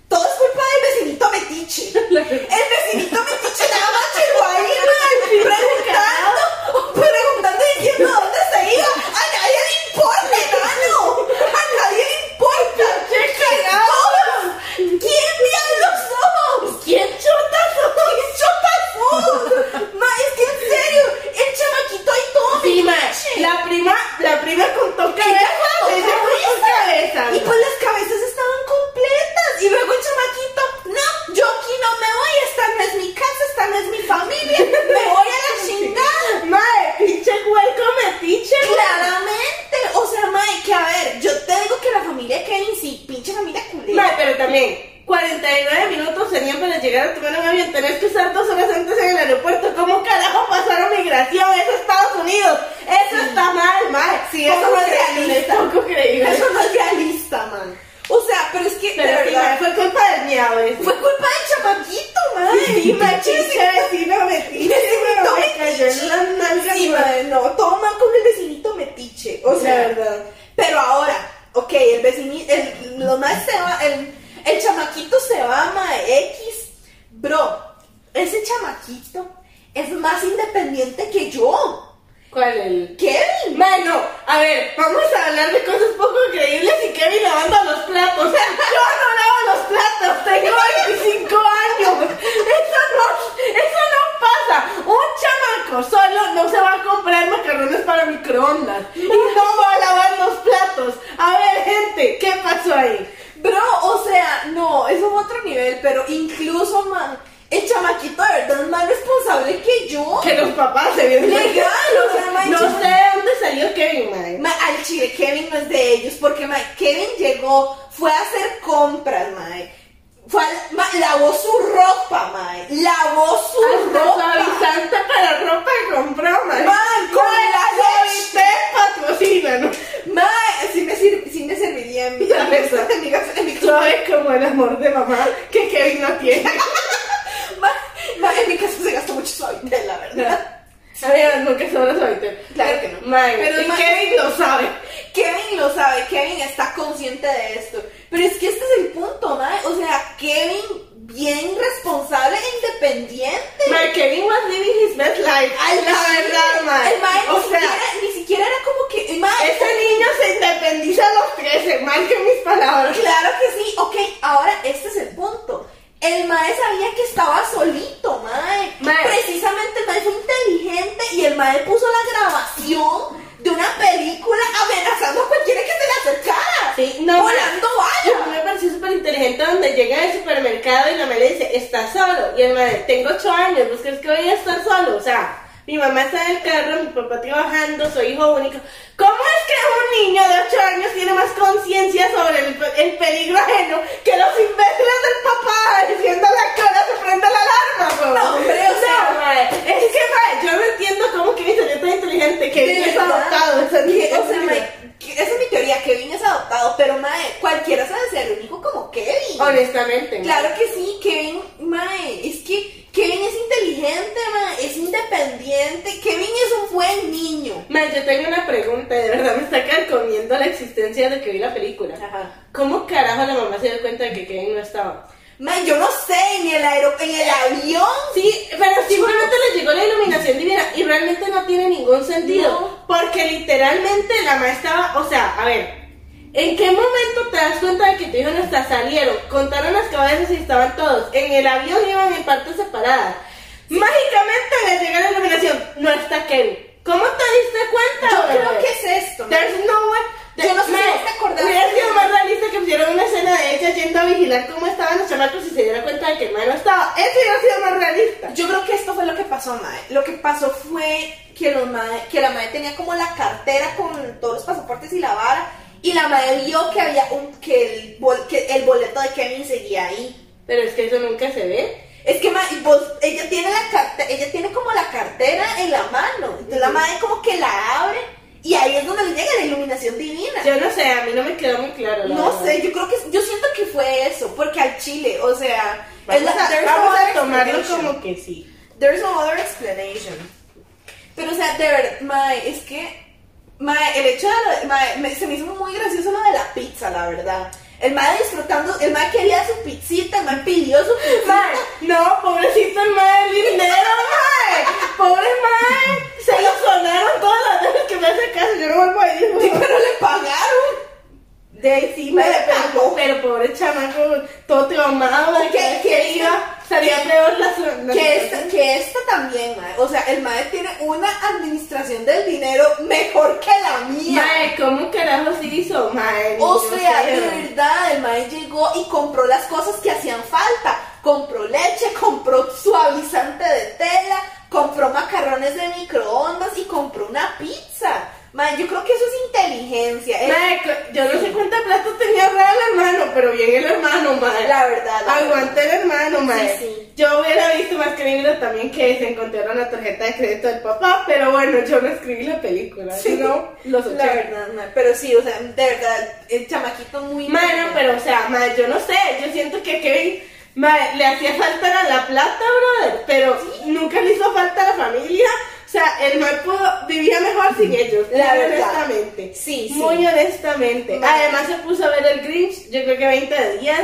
Speaker 2: Todo es culpa del vecinito metiche. El vecinito metiche nada más llegó ahí, mae, preguntando, preguntando y diciendo dónde se iba. A nadie le importa, hermano. A nadie le importa. ¡Qué cagado! ¿Quién mira los ojos? ¿Quién chota ¿Quién chota ojos? Ma, es que en serio, el chamaquito ahí todo
Speaker 1: Sí, mae,
Speaker 2: metiche.
Speaker 1: la prima, la prima contó cabeza, ella contó cabeza.
Speaker 2: Y pues las cabezas estaban completas. Y luego el chamaquito, no, yo aquí no me voy, esta no es mi casa, esta no es mi familia, me voy a la Y pinche familia culera.
Speaker 1: Mae, pero también, 49 minutos serían para llegar a tomar un avión. Tenés que estar dos horas antes en el aeropuerto. ¿Cómo carajo pasaron migración? Eso es Estados Unidos. Eso está mal, mae.
Speaker 2: Sí, eso
Speaker 1: Poco
Speaker 2: no es
Speaker 1: creíble,
Speaker 2: realista.
Speaker 1: Poco creíble.
Speaker 2: Eso no es realista, man. O sea, pero es que, de
Speaker 1: Pero sí, mae,
Speaker 2: verdad,
Speaker 1: fue culpa del miado ese.
Speaker 2: fue culpa del chamaquito, man.
Speaker 1: Sí, mae, pinche vecino metiche,
Speaker 2: vecinito
Speaker 1: mae, me cayó en las nalgas,
Speaker 2: Sí,
Speaker 1: mae.
Speaker 2: madre, no, todo mal con el vecinito metiche, o sea,
Speaker 1: Ya.
Speaker 2: verdad. Pero ahora, ok, el vecinito, el, lo más se va, el, el chamaquito se va, mae, X. Bro, ese chamaquito es más independiente que yo.
Speaker 1: ¿Cuál el?
Speaker 2: Kevin.
Speaker 1: Bueno, a ver, vamos a hablar de cosas poco creíbles y Kevin lavando los platos. Yo no lavo los platos, tengo 25 años. Eso no, eso no pasa. Un chamaco solo no se va a comprar macarrones para microondas y no va a lavar los platos. A ver, gente, ¿qué pasó ahí?
Speaker 2: Bro, o sea, no, eso es otro nivel, pero incluso, man, el chamaquito de verdad es más responsable que yo.
Speaker 1: Que los papás se vieron
Speaker 2: Legal, o sea, mae,
Speaker 1: No
Speaker 2: chama-
Speaker 1: sé de dónde salió Kevin, mae.
Speaker 2: Ma, al chile, Kevin no es de ellos, porque ma, Kevin llegó, fue a hacer compras, mae. Fue a- ma, lavó su ropa, mae. Lavó su
Speaker 1: Hasta
Speaker 2: ropa.
Speaker 1: suavizante para ropa compró, mae.
Speaker 2: Man, con la
Speaker 1: Suavité patrocina, ¿no?
Speaker 2: Mae, eh, sí me, sir- sí me serviría en mi,
Speaker 1: Ya
Speaker 2: en mi-
Speaker 1: ves.
Speaker 2: en mi casa- en mi casa.
Speaker 1: Suave como el amor de mamá que Kevin no tiene.
Speaker 2: Ma, ma, en mi casa se gasta mucho suavitel, la verdad.
Speaker 1: A ver, nunca sobra suavité.
Speaker 2: Claro que no.
Speaker 1: Mae,
Speaker 2: Pero
Speaker 1: y
Speaker 2: ma-
Speaker 1: Kevin lo sabe.
Speaker 2: Kevin lo sabe, Kevin está consciente de esto. Pero es que este es el punto, mae. O sea, Kevin bien responsable e independiente.
Speaker 1: Mae, Kevin was living his best life.
Speaker 2: Ay,
Speaker 1: la verdad, mae.
Speaker 2: El mae
Speaker 1: O
Speaker 2: ni,
Speaker 1: sea, este
Speaker 2: siquiera, ni siquiera era como que. Mae,
Speaker 1: ese niño se independiza a los 13, mal que mis palabras.
Speaker 2: Claro que sí. Ok, ahora este es el punto. El mae sabía que estaba solito, mae.
Speaker 1: Mae.
Speaker 2: Precisamente el mae fue inteligente y el mae puso la grabación de una película amenazando a cualquiera que se le acercara.
Speaker 1: Sí, no,
Speaker 2: Volando
Speaker 1: Y a mí
Speaker 2: vaya.
Speaker 1: me pareció súper inteligente donde llega al supermercado y la mamá le dice, ¿estás solo? Y el madre, tengo ocho años, ¿vos crees que voy a estar solo? O sea, mi mamá está en el carro, mi papá trabajando, soy hijo único. ¿Cómo es que un niño de ocho años tiene más conciencia sobre el, pe- el peligro ajeno que los imbéciles del papá diciendo la cara se prende la alarma? po?
Speaker 2: No, hombre, o sea,
Speaker 1: madre, es que, madre, yo no entiendo cómo que mi señor tan inteligente que
Speaker 2: De
Speaker 1: es
Speaker 2: verdad.
Speaker 1: adoptado. O sea, ni-
Speaker 2: O sea, mae, que- esa es mi teoría. Kevin es adoptado, pero mae, cualquiera sabe ser único como Kevin.
Speaker 1: honestamente. madre.
Speaker 2: Claro que sí, Kevin, mae, es que Kevin es inteligente, mae, es independiente, Kevin es un buen niño.
Speaker 1: Ma, yo tengo una pregunta, de verdad me está carcomiendo la existencia de que vi la película.
Speaker 2: Ajá.
Speaker 1: ¿Cómo carajo la mamá se dio cuenta de que Kevin no estaba?
Speaker 2: Mae, yo no sé, en el, aero- en el avión.
Speaker 1: Sí, pero simplemente le llegó la iluminación divina y realmente no tiene ningún sentido.
Speaker 2: No.
Speaker 1: Porque literalmente la mamá estaba, o sea, a ver, ¿en qué momento te das cuenta de que tu hijo no está? Salieron, contaron las cabezas y estaban todos. En el avión iban en partes separadas. Mágicamente le llegó la iluminación, no está Kevin. ¿Cómo te diste
Speaker 2: Yo
Speaker 1: cuenta?
Speaker 2: creo
Speaker 1: brother?
Speaker 2: que es esto. mae.
Speaker 1: There's no one.
Speaker 2: Yo no sé si
Speaker 1: Mae,
Speaker 2: vos te acordás.
Speaker 1: Hubiera sido más realista que pusieron una escena de ella yendo a vigilar cómo estaban los chamacos y se diera cuenta de que el mae no estaba. Eso hubiera sido más realista.
Speaker 2: Yo creo que esto fue lo que pasó, mae. Lo que pasó fue que, los mae- que la madre tenía como la cartera con todos los pasaportes y la vara, y la madre vio que había un, que el, bol- que el boleto de Kevin seguía ahí.
Speaker 1: Pero es que eso nunca se ve.
Speaker 2: Es que ma, y vos, ella tiene la carte- ella tiene como la cartera en la mano. Entonces la madre como que la abre y ahí es donde le llega la iluminación divina.
Speaker 1: Yo no sé, a mí no me quedó muy claro. la
Speaker 2: no
Speaker 1: verdad.
Speaker 2: sé, yo creo que yo siento que fue eso, porque al Chile, o sea, es
Speaker 1: Vamos,
Speaker 2: la-
Speaker 1: a,
Speaker 2: there's
Speaker 1: vamos
Speaker 2: no
Speaker 1: a
Speaker 2: other
Speaker 1: tomarlo
Speaker 2: explanation.
Speaker 1: como que sí.
Speaker 2: There's no other explanation. Pero, o sea, de verdad, mae, es que. Mae, el hecho de. la- mae, me- se me hizo muy gracioso lo de la pizza, la verdad. El mae disfrutando, el mae quería su pizzita, el mae pidió su pizzita.
Speaker 1: Mae, no, pobrecito el mae del lindero, mae. Pobre mae. Se lo sonaron todas las veces que me hace caso. Yo no vuelvo a ir.
Speaker 2: Sí, pero le pagaron.
Speaker 1: De sí,
Speaker 2: Me
Speaker 1: me pegó,
Speaker 2: pegó.
Speaker 1: pero pobre chamaco, todo traumado, de
Speaker 2: Que-
Speaker 1: que,
Speaker 2: que
Speaker 1: que iba, salía peor la su- la
Speaker 2: Que
Speaker 1: situación.
Speaker 2: esta, que esta también, mae. O sea, el mae tiene una administración del dinero mejor que la mía.
Speaker 1: Mae, ¿cómo carajo se hizo? Mae,
Speaker 2: o
Speaker 1: yo
Speaker 2: sea,
Speaker 1: sé.
Speaker 2: de verdad, el mae llegó y compró las cosas que hacían falta. Compró leche, compró suavizante de tela, compró macarrones de microondas y compró una pizza. Mae, yo creo que eso es inteligencia. es-
Speaker 1: Mae, co- yo no sé cuánta plata tenía real el hermano, pero bien el hermano, madre.
Speaker 2: la verdad. la verdad.
Speaker 1: Aguante el hermano, madre.
Speaker 2: sí.
Speaker 1: Yo hubiera visto más que libro también que se encontraron la tarjeta de crédito del papá, pero bueno, yo no escribí la película,
Speaker 2: Sí.
Speaker 1: sino los
Speaker 2: La
Speaker 1: ochenta.
Speaker 2: verdad, mae, Pero sí, o sea, de verdad, el chamaquito muy.
Speaker 1: Madre, no, pero o sea, madre, yo no sé, yo siento que Kevin madre, le hacía falta era la plata, brother, pero nunca le hizo falta a la familia. O sea, el mal pudo- vivía mejor sin ellos,
Speaker 2: La
Speaker 1: muy
Speaker 2: verdad.
Speaker 1: honestamente.
Speaker 2: Sí, sí.
Speaker 1: Muy honestamente.
Speaker 2: Madre.
Speaker 1: Además se puso a ver el Grinch, yo creo que 20 de días.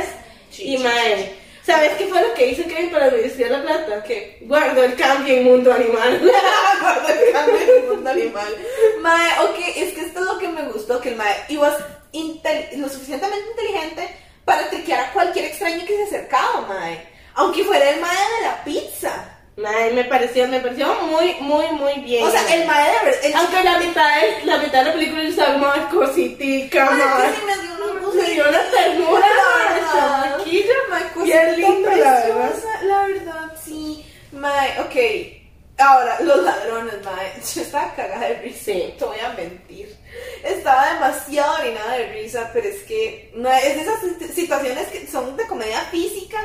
Speaker 2: Sí,
Speaker 1: y
Speaker 2: sí,
Speaker 1: madre, ¿sabes qué fue lo que hizo Kevin para reducir la plata? Que guardó el cambio en mundo animal.
Speaker 2: Gordo el cambio en el mundo animal. Mae, ok, es que esto es lo que me gustó, que el mae, y was intel- lo suficientemente inteligente para triquear a cualquier extraño que se acercaba, mae. Aunque fuera el mae de la pizza.
Speaker 1: Madre, me pareció, me pareció muy, muy, muy bien.
Speaker 2: O sea, el mae de verdad. el
Speaker 1: Eh. Aunque la mitad, de, la mitad de la película es algo cositica,
Speaker 2: chico, mae,
Speaker 1: más.
Speaker 2: que sí me dio una
Speaker 1: Me dio una ternura,
Speaker 2: La verdad.
Speaker 1: chamaquillo.
Speaker 2: Mae, cosita
Speaker 1: Ah. Bien lindo, la verdad.
Speaker 2: preciosa, La verdad, sí. Mae, ok. Ahora, los ladrones, mae. Yo estaba cagada de risa.
Speaker 1: Sí.
Speaker 2: Te voy a mentir. Estaba demasiado orinada de risa, pero es que mae, es de esas sit- situaciones que son de comedia física,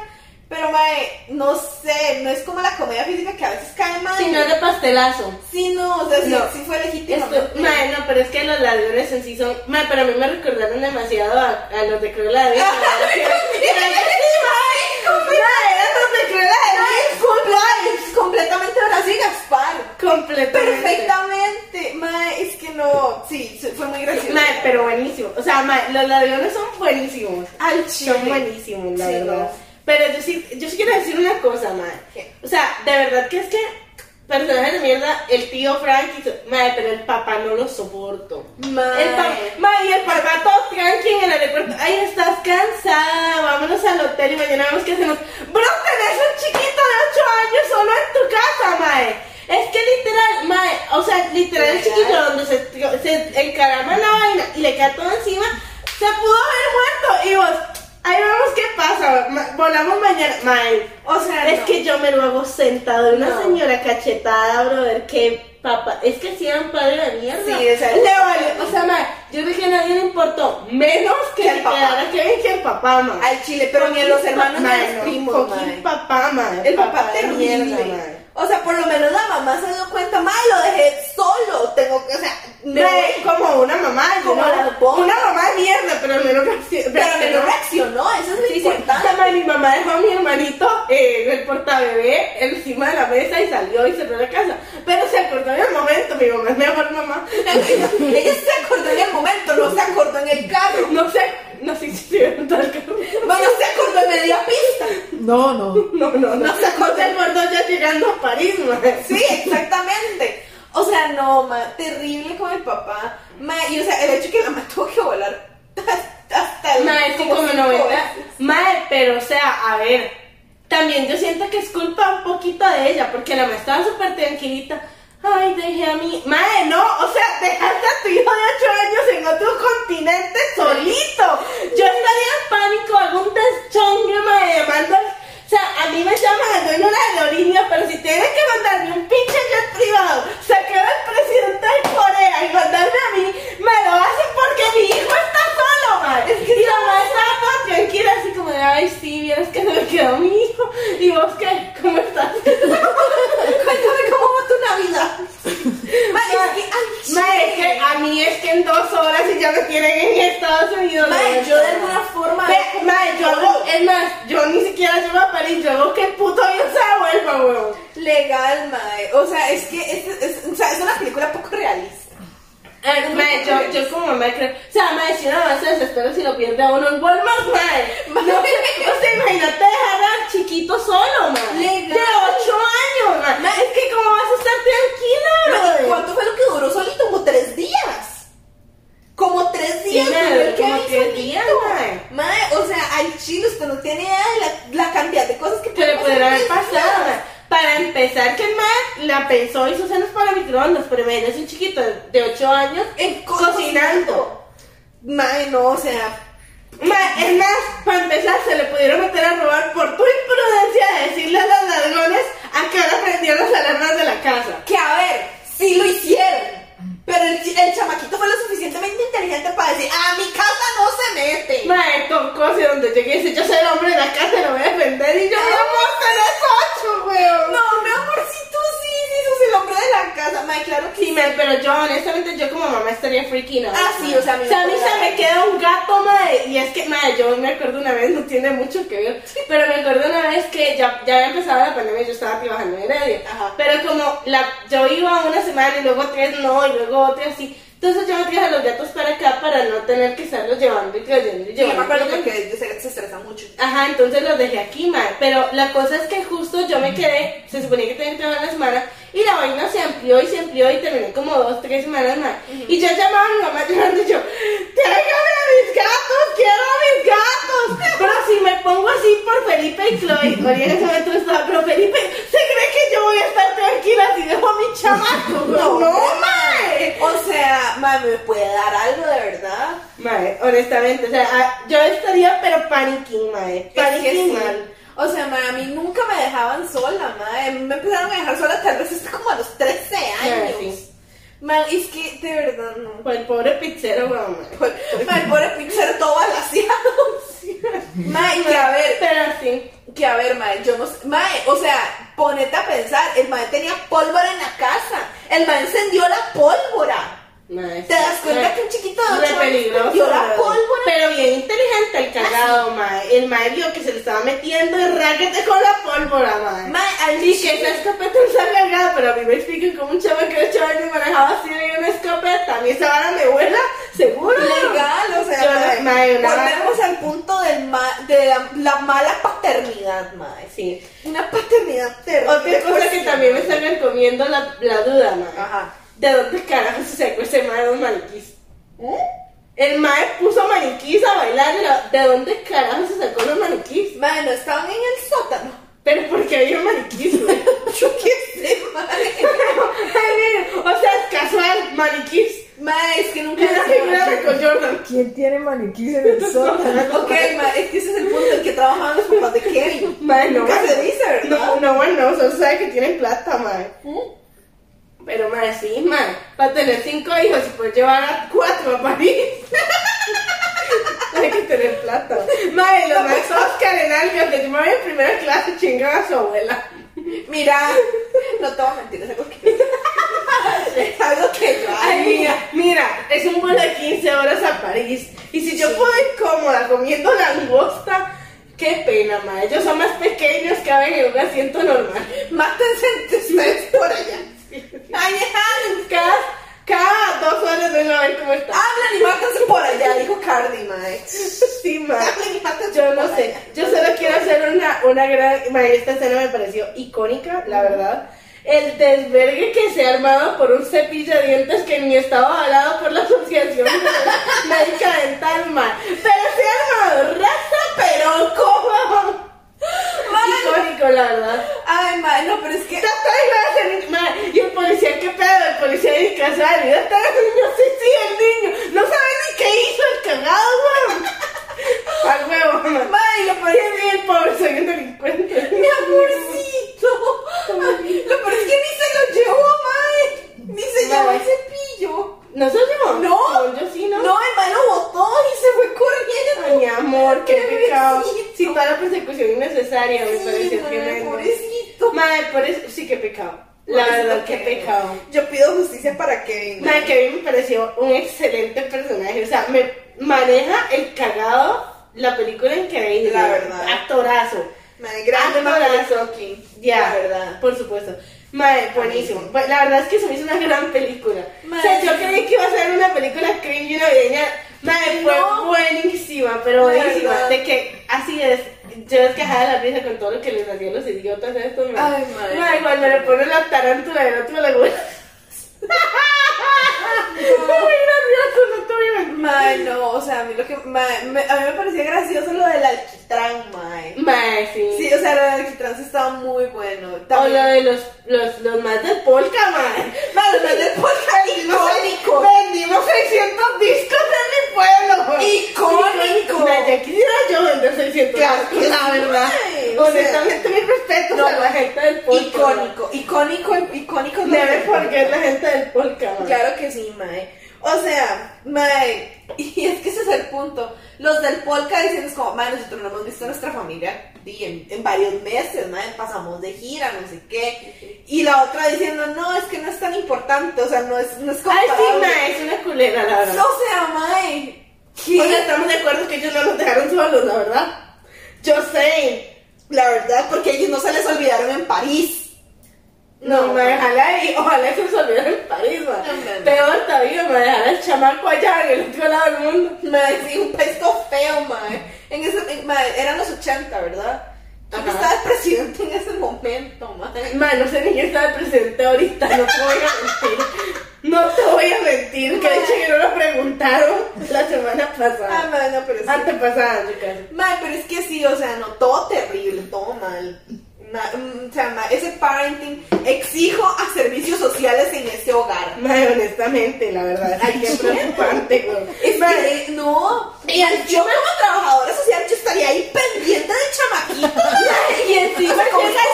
Speaker 2: pero mae, no sé, no es como la comedia física que a veces cae mal.
Speaker 1: Si no es de pastelazo.
Speaker 2: Sí, no, o sea, sí,
Speaker 1: No.
Speaker 2: sí fue legítimo.
Speaker 1: Esto, mae, no, pero es que los ladrones en sí son. Mae, pero a mí me recordaron demasiado a, a los de Cruella de Vil.
Speaker 2: Completamente ahora sí, Gaspar.
Speaker 1: Completamente.
Speaker 2: Perfectamente. Mae, es que no. Sí, se- fue muy gracioso.
Speaker 1: Mae, pero buenísimo. O sea, mae, los ladrones son buenísimos.
Speaker 2: al
Speaker 1: Son
Speaker 2: chile.
Speaker 1: buenísimos, la
Speaker 2: Sí,
Speaker 1: verdad.
Speaker 2: no.
Speaker 1: Pero yo sí, yo sí quiero decir una cosa, mae.
Speaker 2: ¿Qué?
Speaker 1: O sea, de verdad que es que. Personaje de mierda, el tío Frank y su- Mae, pero el papá no lo soporto.
Speaker 2: Mae.
Speaker 1: El pa- ma, y el papá todo tranqui en el aeropuerto. Ay, estás cansada. Vámonos al hotel y mañana vemos qué hacemos. Bro, tenés un chiquito de 8 años solo en tu casa, mae. Es que literal, mae, o sea, literal el chiquito donde se, se encarama en la vaina y le cae todo encima, se pudo haber muerto. Y vos, ahí vemos qué pasa. ma- volamos mañana, mae.
Speaker 2: O sea,
Speaker 1: Es
Speaker 2: no.
Speaker 1: que yo me lo hago sentado de una
Speaker 2: No.
Speaker 1: señora cachetada, brother, que papá, es que si era un padre de mierda.
Speaker 2: Sí, o sea,
Speaker 1: le valió, o sea, ma, yo creo que a nadie le importó, menos que, que
Speaker 2: Que al
Speaker 1: el
Speaker 2: papá.
Speaker 1: papá, que, que el papá, ma.
Speaker 2: Al chile, pero ni a los hermanos ni a
Speaker 1: Mae,
Speaker 2: los
Speaker 1: no,
Speaker 2: primos.
Speaker 1: fucking
Speaker 2: mae.
Speaker 1: papá, ma,
Speaker 2: El papá
Speaker 1: de
Speaker 2: terrible.
Speaker 1: ma.
Speaker 2: o sea, por lo menos la mamá se dio cuenta, mae, lo dejé solo. Tengo que, o sea, me voy.
Speaker 1: Mae, como una mamá,
Speaker 2: Como
Speaker 1: ¿no?
Speaker 2: la bomba.
Speaker 1: una mamá de mierda, pero al menos reaccionó.
Speaker 2: Pero que no reaccionó, eso es lo
Speaker 1: Sí, sí.
Speaker 2: importante.
Speaker 1: O sea, ma, mi mamá dejó a mi hermanito eh, en el portabebé encima de la mesa y salió y cerró la casa. Pero se acordó en el momento, mi mamá es mejor mamá.
Speaker 2: Ella se acordó en el momento, no se acordó en el carro.
Speaker 1: No sé, no sé si se vieron todo el carro.
Speaker 2: Bueno, se acordó en media pista.
Speaker 3: No, no.
Speaker 1: No, no, no se acordó el gordo ya llegando a París, ma.
Speaker 2: Sí, exactamente. O sea, no, ma, terrible con el papá. Ma, y o sea, el hecho que la mamá tuvo que volar hasta el.
Speaker 1: Ma, es que como
Speaker 2: cinco
Speaker 1: novela.
Speaker 2: veces.
Speaker 1: Madre, pero o sea, a ver. También yo siento que es culpa un poquito de ella, porque la mamá estaba súper tranquilita. Ay, dejé a mi. Madre, no, o sea, dejaste a tu hijo de 8 años en otro continente solito. Yo estaría en pánico, algún deschongue, madre, mando. O sea, a mí me llaman al dueño de la aerolínea, pero si tienen que mandarme un pinche jet privado, sacar al presidente de Corea y mandarme a mí, me lo hacen porque mi hijo está solo, madre. y la madre estaba toda tranquila, así como de, ay, sí, vieras que se me quedó mi hijo. Y vos, ¿qué? ¿Cómo estás?
Speaker 2: Cuéntame cómo va tu Navidad. Ma, es que. Ay,
Speaker 1: Madre, es que a mí es que en dos horas y ya me tienen en Estados Unidos.
Speaker 2: Mae,
Speaker 1: ¿no?
Speaker 2: yo de alguna forma.
Speaker 1: Ve, madre, yo hago, es más, yo ni siquiera llego a París, yo hago que el puto avión se devuelva, huevón.
Speaker 2: Legal, mae. O sea, es que es, es- o sea, es una película poco realista. Eh,
Speaker 1: Ah, Mae, yo, yo como mamá creo. O sea, mae, si una mamá se desespera si lo pierde a uno en Walmart, mae. No, o sea, imagínate dejar al chiquito solo, mae.
Speaker 2: Legal.
Speaker 1: De 8 años, mae. Es que cómo vas a estar tranquila,
Speaker 2: Mae,
Speaker 1: brother?
Speaker 2: ¿Cuánto fue lo que duró solito? Como tres días. Como tres
Speaker 1: Sí,
Speaker 2: días.
Speaker 1: mae,
Speaker 2: duró el
Speaker 1: como
Speaker 2: Kevin
Speaker 1: tres
Speaker 2: solito.
Speaker 1: días, mae.
Speaker 2: Mae, o sea, al chile usted no tiene idea de la, la cantidad de cosas que
Speaker 1: que le
Speaker 2: pueden
Speaker 1: pudiera haber
Speaker 2: pasar.
Speaker 1: pasado. ma. Para empezar, que el mae la pensó hizo cenas para microondas, pero imagínese un chiquito de 8 años
Speaker 2: En co-
Speaker 1: cocinando.
Speaker 2: Mae, no, o sea.
Speaker 1: Ma, es más, para empezar, se le pudieron meter a robar por tu imprudencia de decirle a los ladrones a que ahora prendían las alarmas de la casa.
Speaker 2: Que a ver, sí lo hicieron. Pero el, el chamaquito fue lo suficientemente inteligente para decir, a mi casa no se mete.
Speaker 1: Mae, con cosas donde llegué y dice, yo soy el hombre de la casa, lo voy a defender y yo no puedo hacer eso, ocho, weón.
Speaker 2: No, mi amorcito, sí, sí, sos el hombre de la casa. Mae, claro que
Speaker 1: Sí, mae, pero yo honestamente, yo como mamá estaría freaking out.
Speaker 2: Ah, sí, o sea, a
Speaker 1: a
Speaker 2: mí
Speaker 1: mí,
Speaker 2: me
Speaker 1: se me queda un gato, madre. Y es que, madre, yo me acuerdo una vez, no tiene mucho que ver, pero me acuerdo una vez que ya, ya había empezado la pandemia y yo estaba trabajando en Heredia.
Speaker 2: Ajá.
Speaker 1: Pero como la, yo iba una semana y luego tres no, y luego otra así. Entonces yo me traje a los gatos para acá para no tener que estarlos llevando y trayendo y
Speaker 2: Yo me
Speaker 1: llevando. y
Speaker 2: acuerdo
Speaker 1: llevando.
Speaker 2: porque yo sé que se estresa mucho.
Speaker 1: Ajá, entonces los dejé aquí, madre. Pero la cosa es que justo yo me quedé, se suponía que tenía que trabajar la semana, y la vaina se amplió y se amplió y terminé como dos, tres semanas más. Y yo llamaba a mi mamá llorando y yo, tráigame a mis gatos, quiero a mis gatos. Pero si me pongo así por Felipe y Chloe, Ori en ese momento estaba, pero Felipe, ¿se cree que yo voy a estar tranquila si dejo a mi chamaco?
Speaker 2: No,
Speaker 1: madre.
Speaker 2: O sea, mae, me puede dar algo de verdad.
Speaker 1: Madre, honestamente, o sea, ah, yo estaría pero panicking, madre.
Speaker 2: Es que
Speaker 1: Panicking
Speaker 2: sí.
Speaker 1: mal.
Speaker 2: O sea, ma, a mí nunca me dejaban sola, ma. Eh, Me empezaron a dejar sola tal vez hasta como a los 13 años.
Speaker 1: sí.
Speaker 2: Ma, es que de verdad no.
Speaker 1: Por el pobre pizzero, mamá.
Speaker 2: Ma, el pobre pincher todo balaseado. ma, y que a ver,
Speaker 1: Pero sí.
Speaker 2: que a ver, ma, yo no sé. Ma, o sea, ponete a pensar, el ma tenía pólvora en la casa. El ma encendió la pólvora.
Speaker 1: Mae,
Speaker 2: ¿Te das cuenta
Speaker 1: mae,
Speaker 2: que un chiquito de ocho
Speaker 1: re
Speaker 2: años
Speaker 1: peligroso,
Speaker 2: prendió la
Speaker 1: mae.
Speaker 2: pólvora?
Speaker 1: Pero bien inteligente el cagado, mae. El mae vio que se le estaba metiendo el raquete con la pólvora, mae.
Speaker 2: Ma, al
Speaker 1: Sí, que esa escopeta está cagada, pero a mí me explican cómo un chavo que era chaval me manejaba así de una escopeta. A mí esa vara me vuela, seguro.
Speaker 2: legal, o
Speaker 1: Yo,
Speaker 2: sea, ma,
Speaker 1: mae, una vara-
Speaker 2: volvemos al punto del ma- de la, la mala paternidad, mae.
Speaker 1: Sí.
Speaker 2: Una paternidad terrible. Pues
Speaker 1: Otra cosa que también me está recomiendo la, la duda, mae.
Speaker 2: Ajá.
Speaker 1: ¿De dónde carajo se sacó ese mae de los maniquís? ¿Eh? El mae puso maniquís a bailar. y la- ¿De dónde carajo se sacó los maniquís?
Speaker 2: Mae, no estaban en el sótano.
Speaker 1: Pero porque había maniquís. güey?
Speaker 2: Yo qué sé, mae.
Speaker 1: Ay, mire, o sea, es casual, maniquís.
Speaker 2: Mae, es que nunca
Speaker 1: Una
Speaker 2: les-
Speaker 1: figura de con Jordan.
Speaker 3: ¿Quién tiene maniquís en el sótano?
Speaker 2: Ok, mae, es que ese es el punto en que trabajaban los papás de Kevin.
Speaker 1: Mae, no.
Speaker 2: Nunca se dice, ¿verdad?
Speaker 1: No, no, bueno, no, solo sabe que tienen plata, mae. ¿Mm? Pero mae, sí, mae. Para tener cinco hijos y poder llevar a cuatro a París. Hay que tener plata. Mae, los más Oscar en algo, que yo me voy en primera clase chingaba a su abuela.
Speaker 2: Mira, no te voy a mentir, es algo que. es algo que yo
Speaker 1: Ay, mira,
Speaker 2: haría.
Speaker 1: mira, es un vuelo de 15 horas a París. Y si yo puedo ir cómoda comiendo langosta, qué pena, madre. Ellos son más pequeños, caben en un asiento normal.
Speaker 2: Mátense entre ustedes por allá. Ay, dejan.
Speaker 1: Cada, cada dos horas vengo a ver cómo está.
Speaker 2: Hablan y mátense por allá, dijo Cardi, mae.
Speaker 1: Sí, madre.
Speaker 2: Hablan y mátense
Speaker 1: Yo
Speaker 2: por
Speaker 1: no sé,
Speaker 2: allá.
Speaker 1: yo solo quiero hacer una, una gran. Madre, esta escena me pareció icónica, la verdad. El desvergue que se ha armado por un cepillo de dientes que ni estaba avalado por la Asociación Médica Dental, madre. Pero se ha armado raza, pero ¿cómo?
Speaker 2: Mae,
Speaker 1: Icónico, la verdad.
Speaker 2: Ay, mae, no, pero es que.
Speaker 1: Ya está, y va a ser- madre, Y el policía, ¿qué pedo? El policía de casual, ya está el niño, sí, sí, el niño. No sabe ni qué hizo el cagado, weón. Al huevo, madre.
Speaker 2: Mae, lo peor
Speaker 1: Ay, sí, el pobre soy un delincuente.
Speaker 2: Mi amorcito. Lo peor es que ni se lo llevó, mae. Ni se llevó
Speaker 1: Mae.
Speaker 2: el cepillo.
Speaker 1: ¿No se lo llevó?
Speaker 2: No.
Speaker 1: Yo sí,
Speaker 2: No,
Speaker 1: ¿no?
Speaker 2: el mae lo botó y se fue corriendo.
Speaker 1: Ay, mi amor, qué
Speaker 2: Pobrecito.
Speaker 1: pecado. Sí, toda la persecución innecesaria me
Speaker 2: Sí,
Speaker 1: pareció
Speaker 2: mae,
Speaker 1: tremendo.
Speaker 2: pobrecito.
Speaker 1: Madre, por eso sí, qué pecado. La verdad, qué pecado.
Speaker 2: Yo pido justicia para Kevin. mae.
Speaker 1: Madre, que a mí me pareció un excelente personaje. O sea, me maneja el cagado la película increíble.
Speaker 2: La verdad.
Speaker 1: Actorazo.
Speaker 2: Mae,
Speaker 1: Ah,
Speaker 2: grande Macaulay
Speaker 1: Actorazo.
Speaker 2: Culkin.
Speaker 1: Ya,
Speaker 2: La verdad.
Speaker 1: Por supuesto. Madre, buenísimo. Bu- La verdad es que se me hizo una gran película.
Speaker 2: Mae.
Speaker 1: O sea, yo creí que iba a ser una película cringe y navideña. Madre, fue
Speaker 2: No.
Speaker 1: buenísima, pero
Speaker 2: La
Speaker 1: buenísima.
Speaker 2: verdad.
Speaker 1: De que así es. Yo descajaba la risa con todo lo que les hacían los idiotas a estos.
Speaker 2: Ay, mae.
Speaker 1: Madre, cuando le ponen la tarántula del otro la gusta. Fue muy gracioso, no tuvieron.
Speaker 2: Mae, no, o sea, a mí lo que. mae, me- a mí me parecía gracioso lo del alquitrán, mae.
Speaker 1: Mae,
Speaker 2: Sí, o sea, lo del alquitrán sí estaba muy bueno.
Speaker 1: O lo
Speaker 2: También.
Speaker 1: de los, los, los más del polka, mae.
Speaker 2: Mae, lo del podcast icónico.
Speaker 1: Vendimos 600 discos en mi pueblo.
Speaker 2: Icónico.
Speaker 1: Ya quisiera yo vender 600
Speaker 2: Claro,
Speaker 1: discos, la verdad.
Speaker 2: mae, o sea-
Speaker 1: Honestamente, mi respeto.
Speaker 2: No,
Speaker 1: por la gente del podcast.
Speaker 2: Icónico, icónico, icónico. es lo
Speaker 1: Debe
Speaker 2: que-
Speaker 1: porque es la gente del podcast. ma.
Speaker 2: Claro que sí, Mae. O sea, Mae, y es que ese es el punto. Los del Polka dicen es como, Mae, nosotros no hemos visto a nuestra familia di, en, en varios meses, Mae, pasamos de gira, no sé qué. Y la otra diciendo, no, es que no es tan importante, o sea, no es, no es
Speaker 1: Ay, sí,
Speaker 2: comparable.
Speaker 1: ma, es una culera, la verdad.
Speaker 2: O sea, Mae, ¿qué?
Speaker 1: O sea, estamos de acuerdo que ellos no nos dejaron solos, la verdad. Yo sé.
Speaker 2: la verdad, porque ellos no se les olvidaron en París.
Speaker 1: No,
Speaker 2: No.
Speaker 1: ma, ojalá, y, ojalá que se olviden en París, ma.
Speaker 2: No, no, no.
Speaker 1: Peor todavía, ma, dejar al chamaco allá en el otro lado del mundo.
Speaker 2: Mae, sí, un país todo feo, Mae. En ese, en- mae, eran los 80, ¿verdad? ¿Quién
Speaker 1: Ajá.
Speaker 2: estaba el presidente en ese momento, Mae?
Speaker 1: Ma, no sé ni quién estaba presente ahorita, no te voy a mentir. No te voy a mentir, que de hecho que no lo preguntaron la semana
Speaker 2: Ah,
Speaker 1: pasada.
Speaker 2: mae, no, pero es que-
Speaker 1: Antepasada, chicas.
Speaker 2: Mae, pero es que sí, o sea, no, todo terrible, todo mal. Ma- mm, o sea, ma- ese parenting exijo a servicios sociales en ese hogar.
Speaker 1: Madre, honestamente, la verdad. Ay, qué preocupante, güey.
Speaker 2: Es que, no, mira, yo como trabajadora social, yo estaría ahí pendiente del chamaquito.
Speaker 1: Y encima
Speaker 2: ¿Cómo
Speaker 1: llega
Speaker 2: así?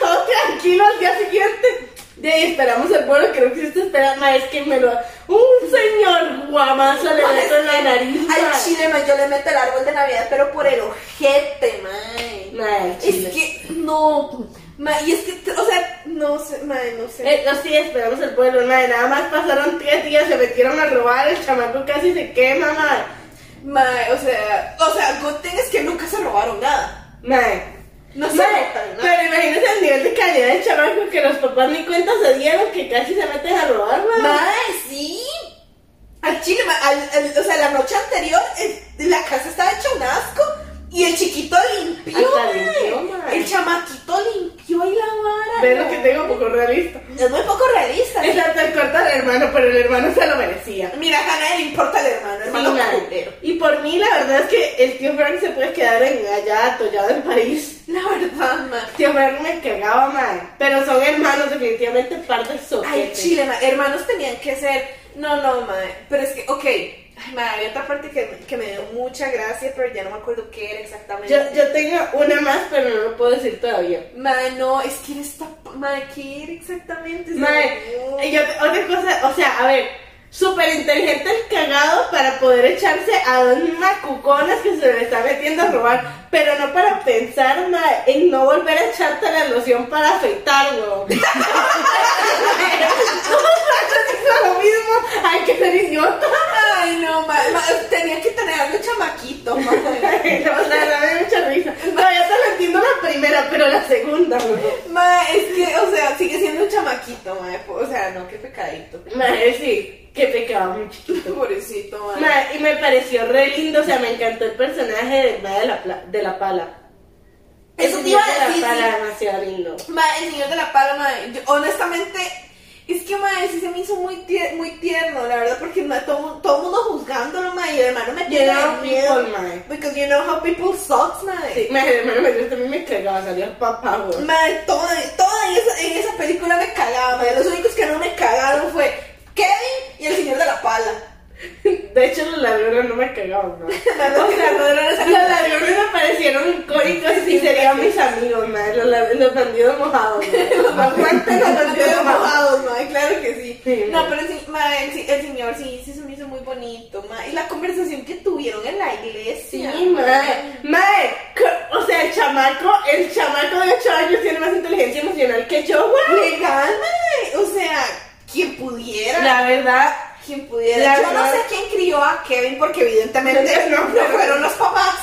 Speaker 1: y todo tranquilo al día siguiente. De ahí esperamos el vuelo, creo que usted espera más que me lo... Un señor guamazo le meto en la nariz.
Speaker 2: Al chile, mae, yo le meto el árbol de Navidad, pero por el ojete, mae.
Speaker 1: Madre,
Speaker 2: Es que, no, mae, y es que, o sea, no sé, mae, no sé.
Speaker 1: Eh, no, sí, esperamos el pueblo, madre. Nada más pasaron tres días, se metieron a robar, el chamaco casi se quema, madre.
Speaker 2: Mae, o sea, o sea, good thing es que nunca se robaron nada.
Speaker 1: Madre.
Speaker 2: No se
Speaker 1: Madre,
Speaker 2: robaron nada.
Speaker 1: pero imagínese el nivel de calidad del chamaco que los papás ni cuenta se dieron que casi se meten a robar, madre.
Speaker 2: Mae, sí. Al chile, ma- al- al- o sea, la noche anterior el- la casa estaba hecha un asco y el chiquito limpió.
Speaker 1: Hasta
Speaker 2: mae.
Speaker 1: limpió, mae.
Speaker 2: El chamaquito limpió y la vara.
Speaker 1: Ves lo
Speaker 2: no.
Speaker 1: que tengo poco realista.
Speaker 2: Es muy poco realista.
Speaker 1: Es la tal corta del hermano, pero el hermano se lo merecía.
Speaker 2: Mira, a Hannah le importa el hermano,
Speaker 1: Sí,
Speaker 2: hermano
Speaker 1: madre.
Speaker 2: culero.
Speaker 1: y por mí, la verdad es que el tío Frank se puede quedar en allá atollado en París.
Speaker 2: La verdad, ma.
Speaker 1: Tío Frank me cagaba, madre. Pero son hermanos, definitivamente par del soquete.
Speaker 2: Ay, chile, ma. Hermanos tenían que ser. No, no, ma. Pero es que, ok. Ay, ma, había otra parte que, me- que me dio mucha gracia, pero ya no me acuerdo qué era exactamente.
Speaker 1: Yo, yo tengo una más, pero no lo puedo decir todavía.
Speaker 2: Ma, no, es que era esta. Ma, ¿qué era exactamente? Se
Speaker 1: Madre,
Speaker 2: me olvidó.
Speaker 1: y yo- otra cosa, o sea, a ver, súper inteligente el cagado para poder echarse a dos macuconas que se le está metiendo a robar, pero no para pensar madre, en no volver a echarte la loción para afeitar, weón. lo mismo, hay que ser idiota.
Speaker 2: Ay, no, ma, ma, tenía que tener algo chamaquito, ma.
Speaker 1: No, la verdad me da mucha risa. No, ya te lo entiendo la primera, pero la segunda, weón.
Speaker 2: Ma, es que, o sea, sigue siendo un chamaquito, ma. O sea, no, qué pecadito.
Speaker 1: Madre, sí, qué pecado, muy chiquito.
Speaker 2: Pobrecito, ma.
Speaker 1: Ma, y me pareció re lindo, o sea, me encantó el personaje del ma de la, pla- de la pala.
Speaker 2: Eso
Speaker 1: El
Speaker 2: te iba
Speaker 1: señor
Speaker 2: a
Speaker 1: de
Speaker 2: decir,
Speaker 1: la pala
Speaker 2: sí.
Speaker 1: demasiado lindo.
Speaker 2: Ma, el señor de la pala, ma, yo- honestamente, es que, ma, sí se me hizo muy, tier- muy tierno, la verdad, porque ma, todo, mu- todo mundo juzgándolo, ma, y el hermano me
Speaker 1: You
Speaker 2: tiene
Speaker 1: know
Speaker 2: de miedo.
Speaker 1: people, ma.
Speaker 2: Because you know how people sucks, ma.
Speaker 1: Sí, ma, el hermano mayor también me cagaba, salía papá, güey.
Speaker 2: Ma, todo, todo en, esa, en esa película me cagaba, ma. Los únicos que no me cagaron fue Kevin y el señor de la pala.
Speaker 1: De hecho, los ladrones no me cagaban, ma.
Speaker 2: O sea, no, no, no,
Speaker 1: Los ladrones me parecieron icónicos y serían mis amigos, ma. Los, la- los bandidos mojados, ma. Aguanten los bandidos mojados.
Speaker 2: mojados, mae, claro que sí.
Speaker 1: Sí,
Speaker 2: no,
Speaker 1: mae.
Speaker 2: pero sí, mae, el, se- el señor sí, sí se me hizo muy bonito, mae. Y la conversación que tuvieron en la
Speaker 1: Sí,
Speaker 2: iglesia.
Speaker 1: mae. Mae, co- o sea, el chamaco, el chamaco de 8 años tiene más inteligencia emocional que yo, güey.
Speaker 2: Legal, mae. O sea, quien pudiera.
Speaker 1: La verdad,
Speaker 2: quien pudiera.
Speaker 1: la
Speaker 2: Yo no
Speaker 1: verdad-
Speaker 2: sé quién crió a Kevin porque evidentemente
Speaker 1: No,
Speaker 2: no,
Speaker 1: no, no.
Speaker 2: fueron los papás.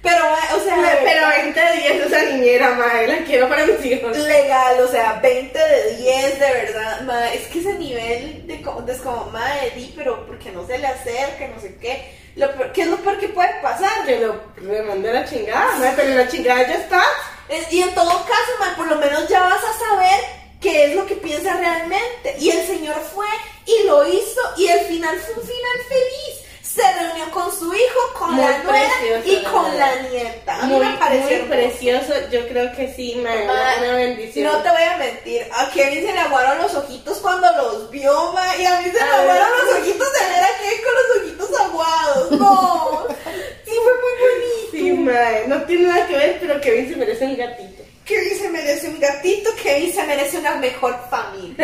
Speaker 2: Pero, mae, o sea,
Speaker 1: Mae, Pero 20 de 10 esa niñera, madre, la quiero para mis hijos.
Speaker 2: legal, o sea, 20 de 10, de verdad, ma, es que ese nivel de, co- de es como, madre, di, pero porque no se le acerca, no sé qué, lo peor- ¿qué es lo peor que puede pasar?
Speaker 1: Que lo remandé a la chingada, madre, pero la chingada ya está.
Speaker 2: Es- y en todo caso, ma, por lo menos ya vas a saber qué es lo que piensa realmente. Y el señor fue y lo hizo y el final fue un final feliz. Se reunió con su hijo, con
Speaker 1: Muy
Speaker 2: la nuera
Speaker 1: precioso,
Speaker 2: y
Speaker 1: la
Speaker 2: con la
Speaker 1: verdad.
Speaker 2: nieta. A mí
Speaker 1: Muy,
Speaker 2: me pareció
Speaker 1: muy
Speaker 2: hermoso.
Speaker 1: precioso, yo creo que sí, madre,
Speaker 2: Ma,
Speaker 1: una bendición.
Speaker 2: No te voy a mentir, a Kevin se le aguaron los ojitos cuando los vio, ma, y a mí se le
Speaker 1: Ay.
Speaker 2: aguaron los ojitos de ver a Kevin con los ojitos aguados. No, sí, fue muy bonito.
Speaker 1: Sí, madre, no tiene nada que ver, pero Kevin se merece un gatito.
Speaker 2: Kirby se merece un gatito, Kevin se merece una mejor familia.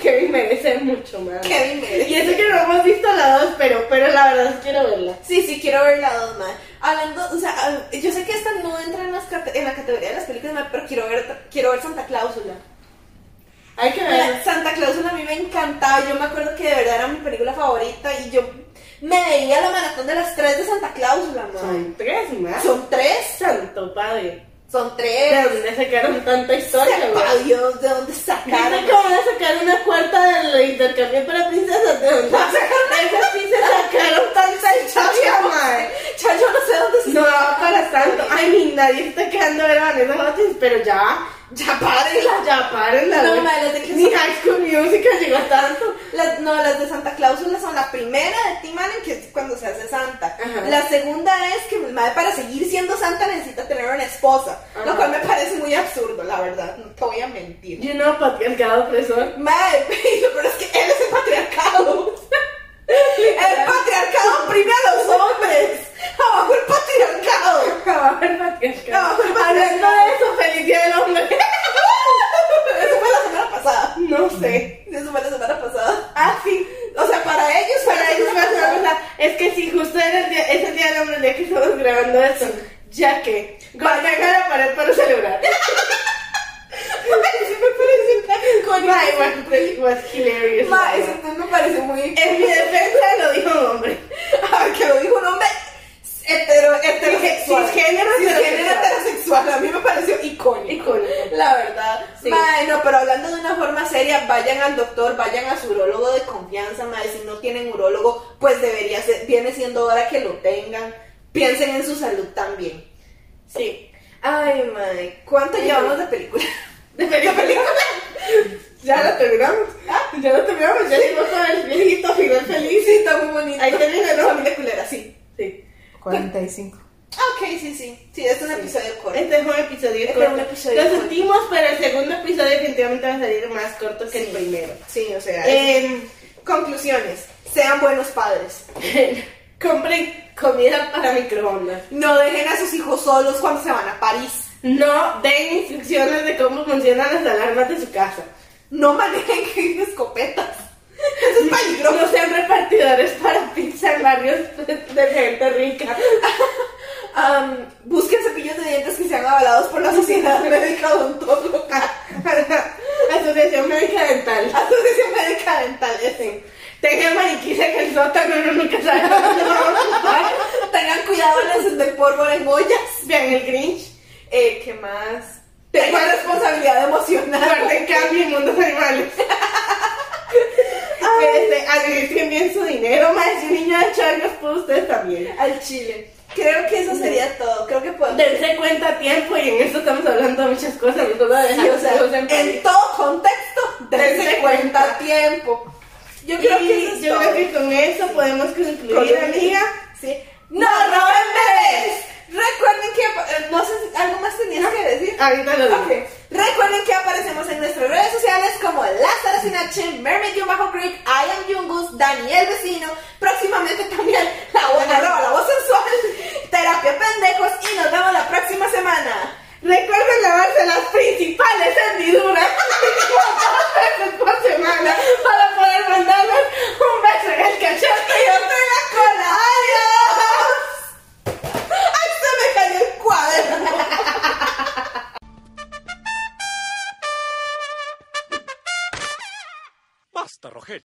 Speaker 1: Kevin merece mucho más.
Speaker 2: Kevin merece.
Speaker 1: Y eso que no hemos visto la dos, pero, pero la verdad es que quiero verla.
Speaker 2: Sí, sí, quiero ver la dos, más. Hablando, o sea, ah, yo sé que esta no entra en, las cate- en la categoría de las películas, ma, pero quiero ver, quiero ver Santa Cláusula.
Speaker 1: Hay que verla.
Speaker 2: La Santa Cláusula a mí me encantaba, yo me acuerdo que de verdad era mi película favorita y yo me veía la maratón de las tres de Santa Cláusula, ma.
Speaker 1: Son tres más.
Speaker 2: Son tres,
Speaker 1: Santo padre.
Speaker 2: son
Speaker 1: ¿De
Speaker 2: tres.
Speaker 1: dónde sacaron tanta historia, güey?
Speaker 2: Sepa Dios de dónde
Speaker 1: ¿Viste
Speaker 2: sacaron.
Speaker 1: cómo van a sacar una cuarta del intercambio para princesas? ¿De dónde? Esas sí se sacaron tanta historia, man.
Speaker 2: Ya yo no sé dónde se
Speaker 1: No va para tanto. Ay, ni nadie está quedando ver a Vanessa Hudgens, pero ya.
Speaker 2: Ya párenla.
Speaker 1: Ya párenla,
Speaker 2: No,
Speaker 1: güey.
Speaker 2: ma, las de que
Speaker 1: Ni
Speaker 2: son-
Speaker 1: High School Musical llegó tanto.
Speaker 2: Las, no, las de Santa Cláusula son la primera de Tim Allen, que es cuando se hace santa.
Speaker 1: Ajá.
Speaker 2: La segunda es que madre, para seguir siendo santa necesita tener una esposa,
Speaker 1: Ajá.
Speaker 2: lo cual me parece muy absurdo, la verdad. No te voy a mentir.
Speaker 1: You know, patriarcado opresor.
Speaker 2: Madre, lo peor es que él es el patriarcado. El patriarcado oprime a los hombres. Abajo el patriarcado.
Speaker 1: Abajo el patriarcado.
Speaker 2: Abajo el
Speaker 1: Hablando
Speaker 2: patriarcado.
Speaker 1: de eso, feliz día del hombre.
Speaker 2: Eso fue la semana pasada.
Speaker 1: No sé.
Speaker 2: Eso fue la semana pasada.
Speaker 1: Ah, sí.
Speaker 2: O sea, para ellos,
Speaker 1: Para eso me hace una cosa. Es que sí, justo era el día, ese día del hombre, el día que estamos grabando esto. Ya que. Golpea la pared para celebrar.
Speaker 2: Eso me parece una coña.
Speaker 1: Ay, bueno, it was hilarious.
Speaker 2: Ma, ese tema me parece muy.
Speaker 1: En mi defensa lo dijo un hombre.
Speaker 2: Ah, que lo dijo un hombre hetero, heterosexual.
Speaker 1: Cisgénero
Speaker 2: Cisgénero
Speaker 1: heterosexual.
Speaker 2: heterosexual. A mí me pareció icónico.
Speaker 1: Icónico.
Speaker 2: La verdad.
Speaker 1: Sí.
Speaker 2: Bueno, pero hablando de una forma seria, vayan al doctor, vayan a su urólogo de confianza, madre. Si no tienen urólogo, pues debería ser, viene siendo hora que lo tengan. Piensen en su salud también.
Speaker 1: Sí.
Speaker 2: Ay, madre. ¿Cuánto llevamos de película?
Speaker 1: De película. Ya lo terminamos. Ya lo terminamos. Ya llegó con el viejito final feliz. Sí, está muy bonito. Ahí termina, ¿no?
Speaker 2: Familia culera, sí.
Speaker 1: Sí.
Speaker 3: 45.
Speaker 2: Ah, ok, sí, sí. Sí, es un episodio corto.
Speaker 1: Este es un episodio
Speaker 2: Este
Speaker 1: corto.
Speaker 2: es un episodio
Speaker 1: lo
Speaker 2: corto.
Speaker 1: sentimos, pero el segundo episodio definitivamente va a salir más corto que el primero.
Speaker 2: Sí, o sea. es-
Speaker 1: Eh,
Speaker 2: Conclusiones. Sean buenos padres.
Speaker 1: compren comida para microondas.
Speaker 2: No dejen a sus hijos solos cuando se van a París.
Speaker 1: No den instrucciones de cómo funcionan las alarmas de su casa.
Speaker 2: No manejen escopetas. Eso es peligroso.
Speaker 1: No sean repartidores para pizza en barrios de gente rica.
Speaker 2: Am, Um, busquen cepillos de dientes que sean avalados por la Sociedad Médica Odontóloga.
Speaker 1: Asociación Médica Dental.
Speaker 2: Asociación Médica Dental. sí.
Speaker 1: Tengan maniquís en el sótano, uno nunca sabe dónde lo van a ocupar.
Speaker 2: Tengan cuidado al encender pólvora en ollas.
Speaker 1: Vean el Grinch.
Speaker 2: Eh, ¿Qué más? Tengan responsabilidad emocional.
Speaker 1: Guarden cambio en mundos animales. Este, administren bien su dinero, más si un niño de 8 años puede ustedes también.
Speaker 2: Al chile. Creo que eso sería todo. Creo que podemos.
Speaker 1: Dense cuenta a tiempo y en esto estamos hablando de muchas cosas, no solo de
Speaker 2: Sí, o sea,
Speaker 1: dejar los en paz.
Speaker 2: en todo contexto, dense
Speaker 1: Dense
Speaker 2: cuenta a
Speaker 1: cuenta.
Speaker 2: tiempo. Yo
Speaker 1: Y
Speaker 2: creo que eso es
Speaker 1: yo
Speaker 2: todo.
Speaker 1: creo que con eso podemos concluir.
Speaker 2: Con una
Speaker 1: amiga.
Speaker 2: amiga, sí. ¡No roben bebés! Recuerden que, eh, no Ah, sé, si- ¿algo más tenías que decir?
Speaker 1: Ahorita lo digo.
Speaker 2: Ok. Recuerden que aparecemos en nuestras redes sociales como Lázaro Sin H, Mermaid Bajo Creek, I Am Jungus, Daniel Vecino, próximamente también la voz, arroba la voz sensual, Terapia Pendejos y nos vemos la próxima semana.
Speaker 1: Recuerden lavarse las principales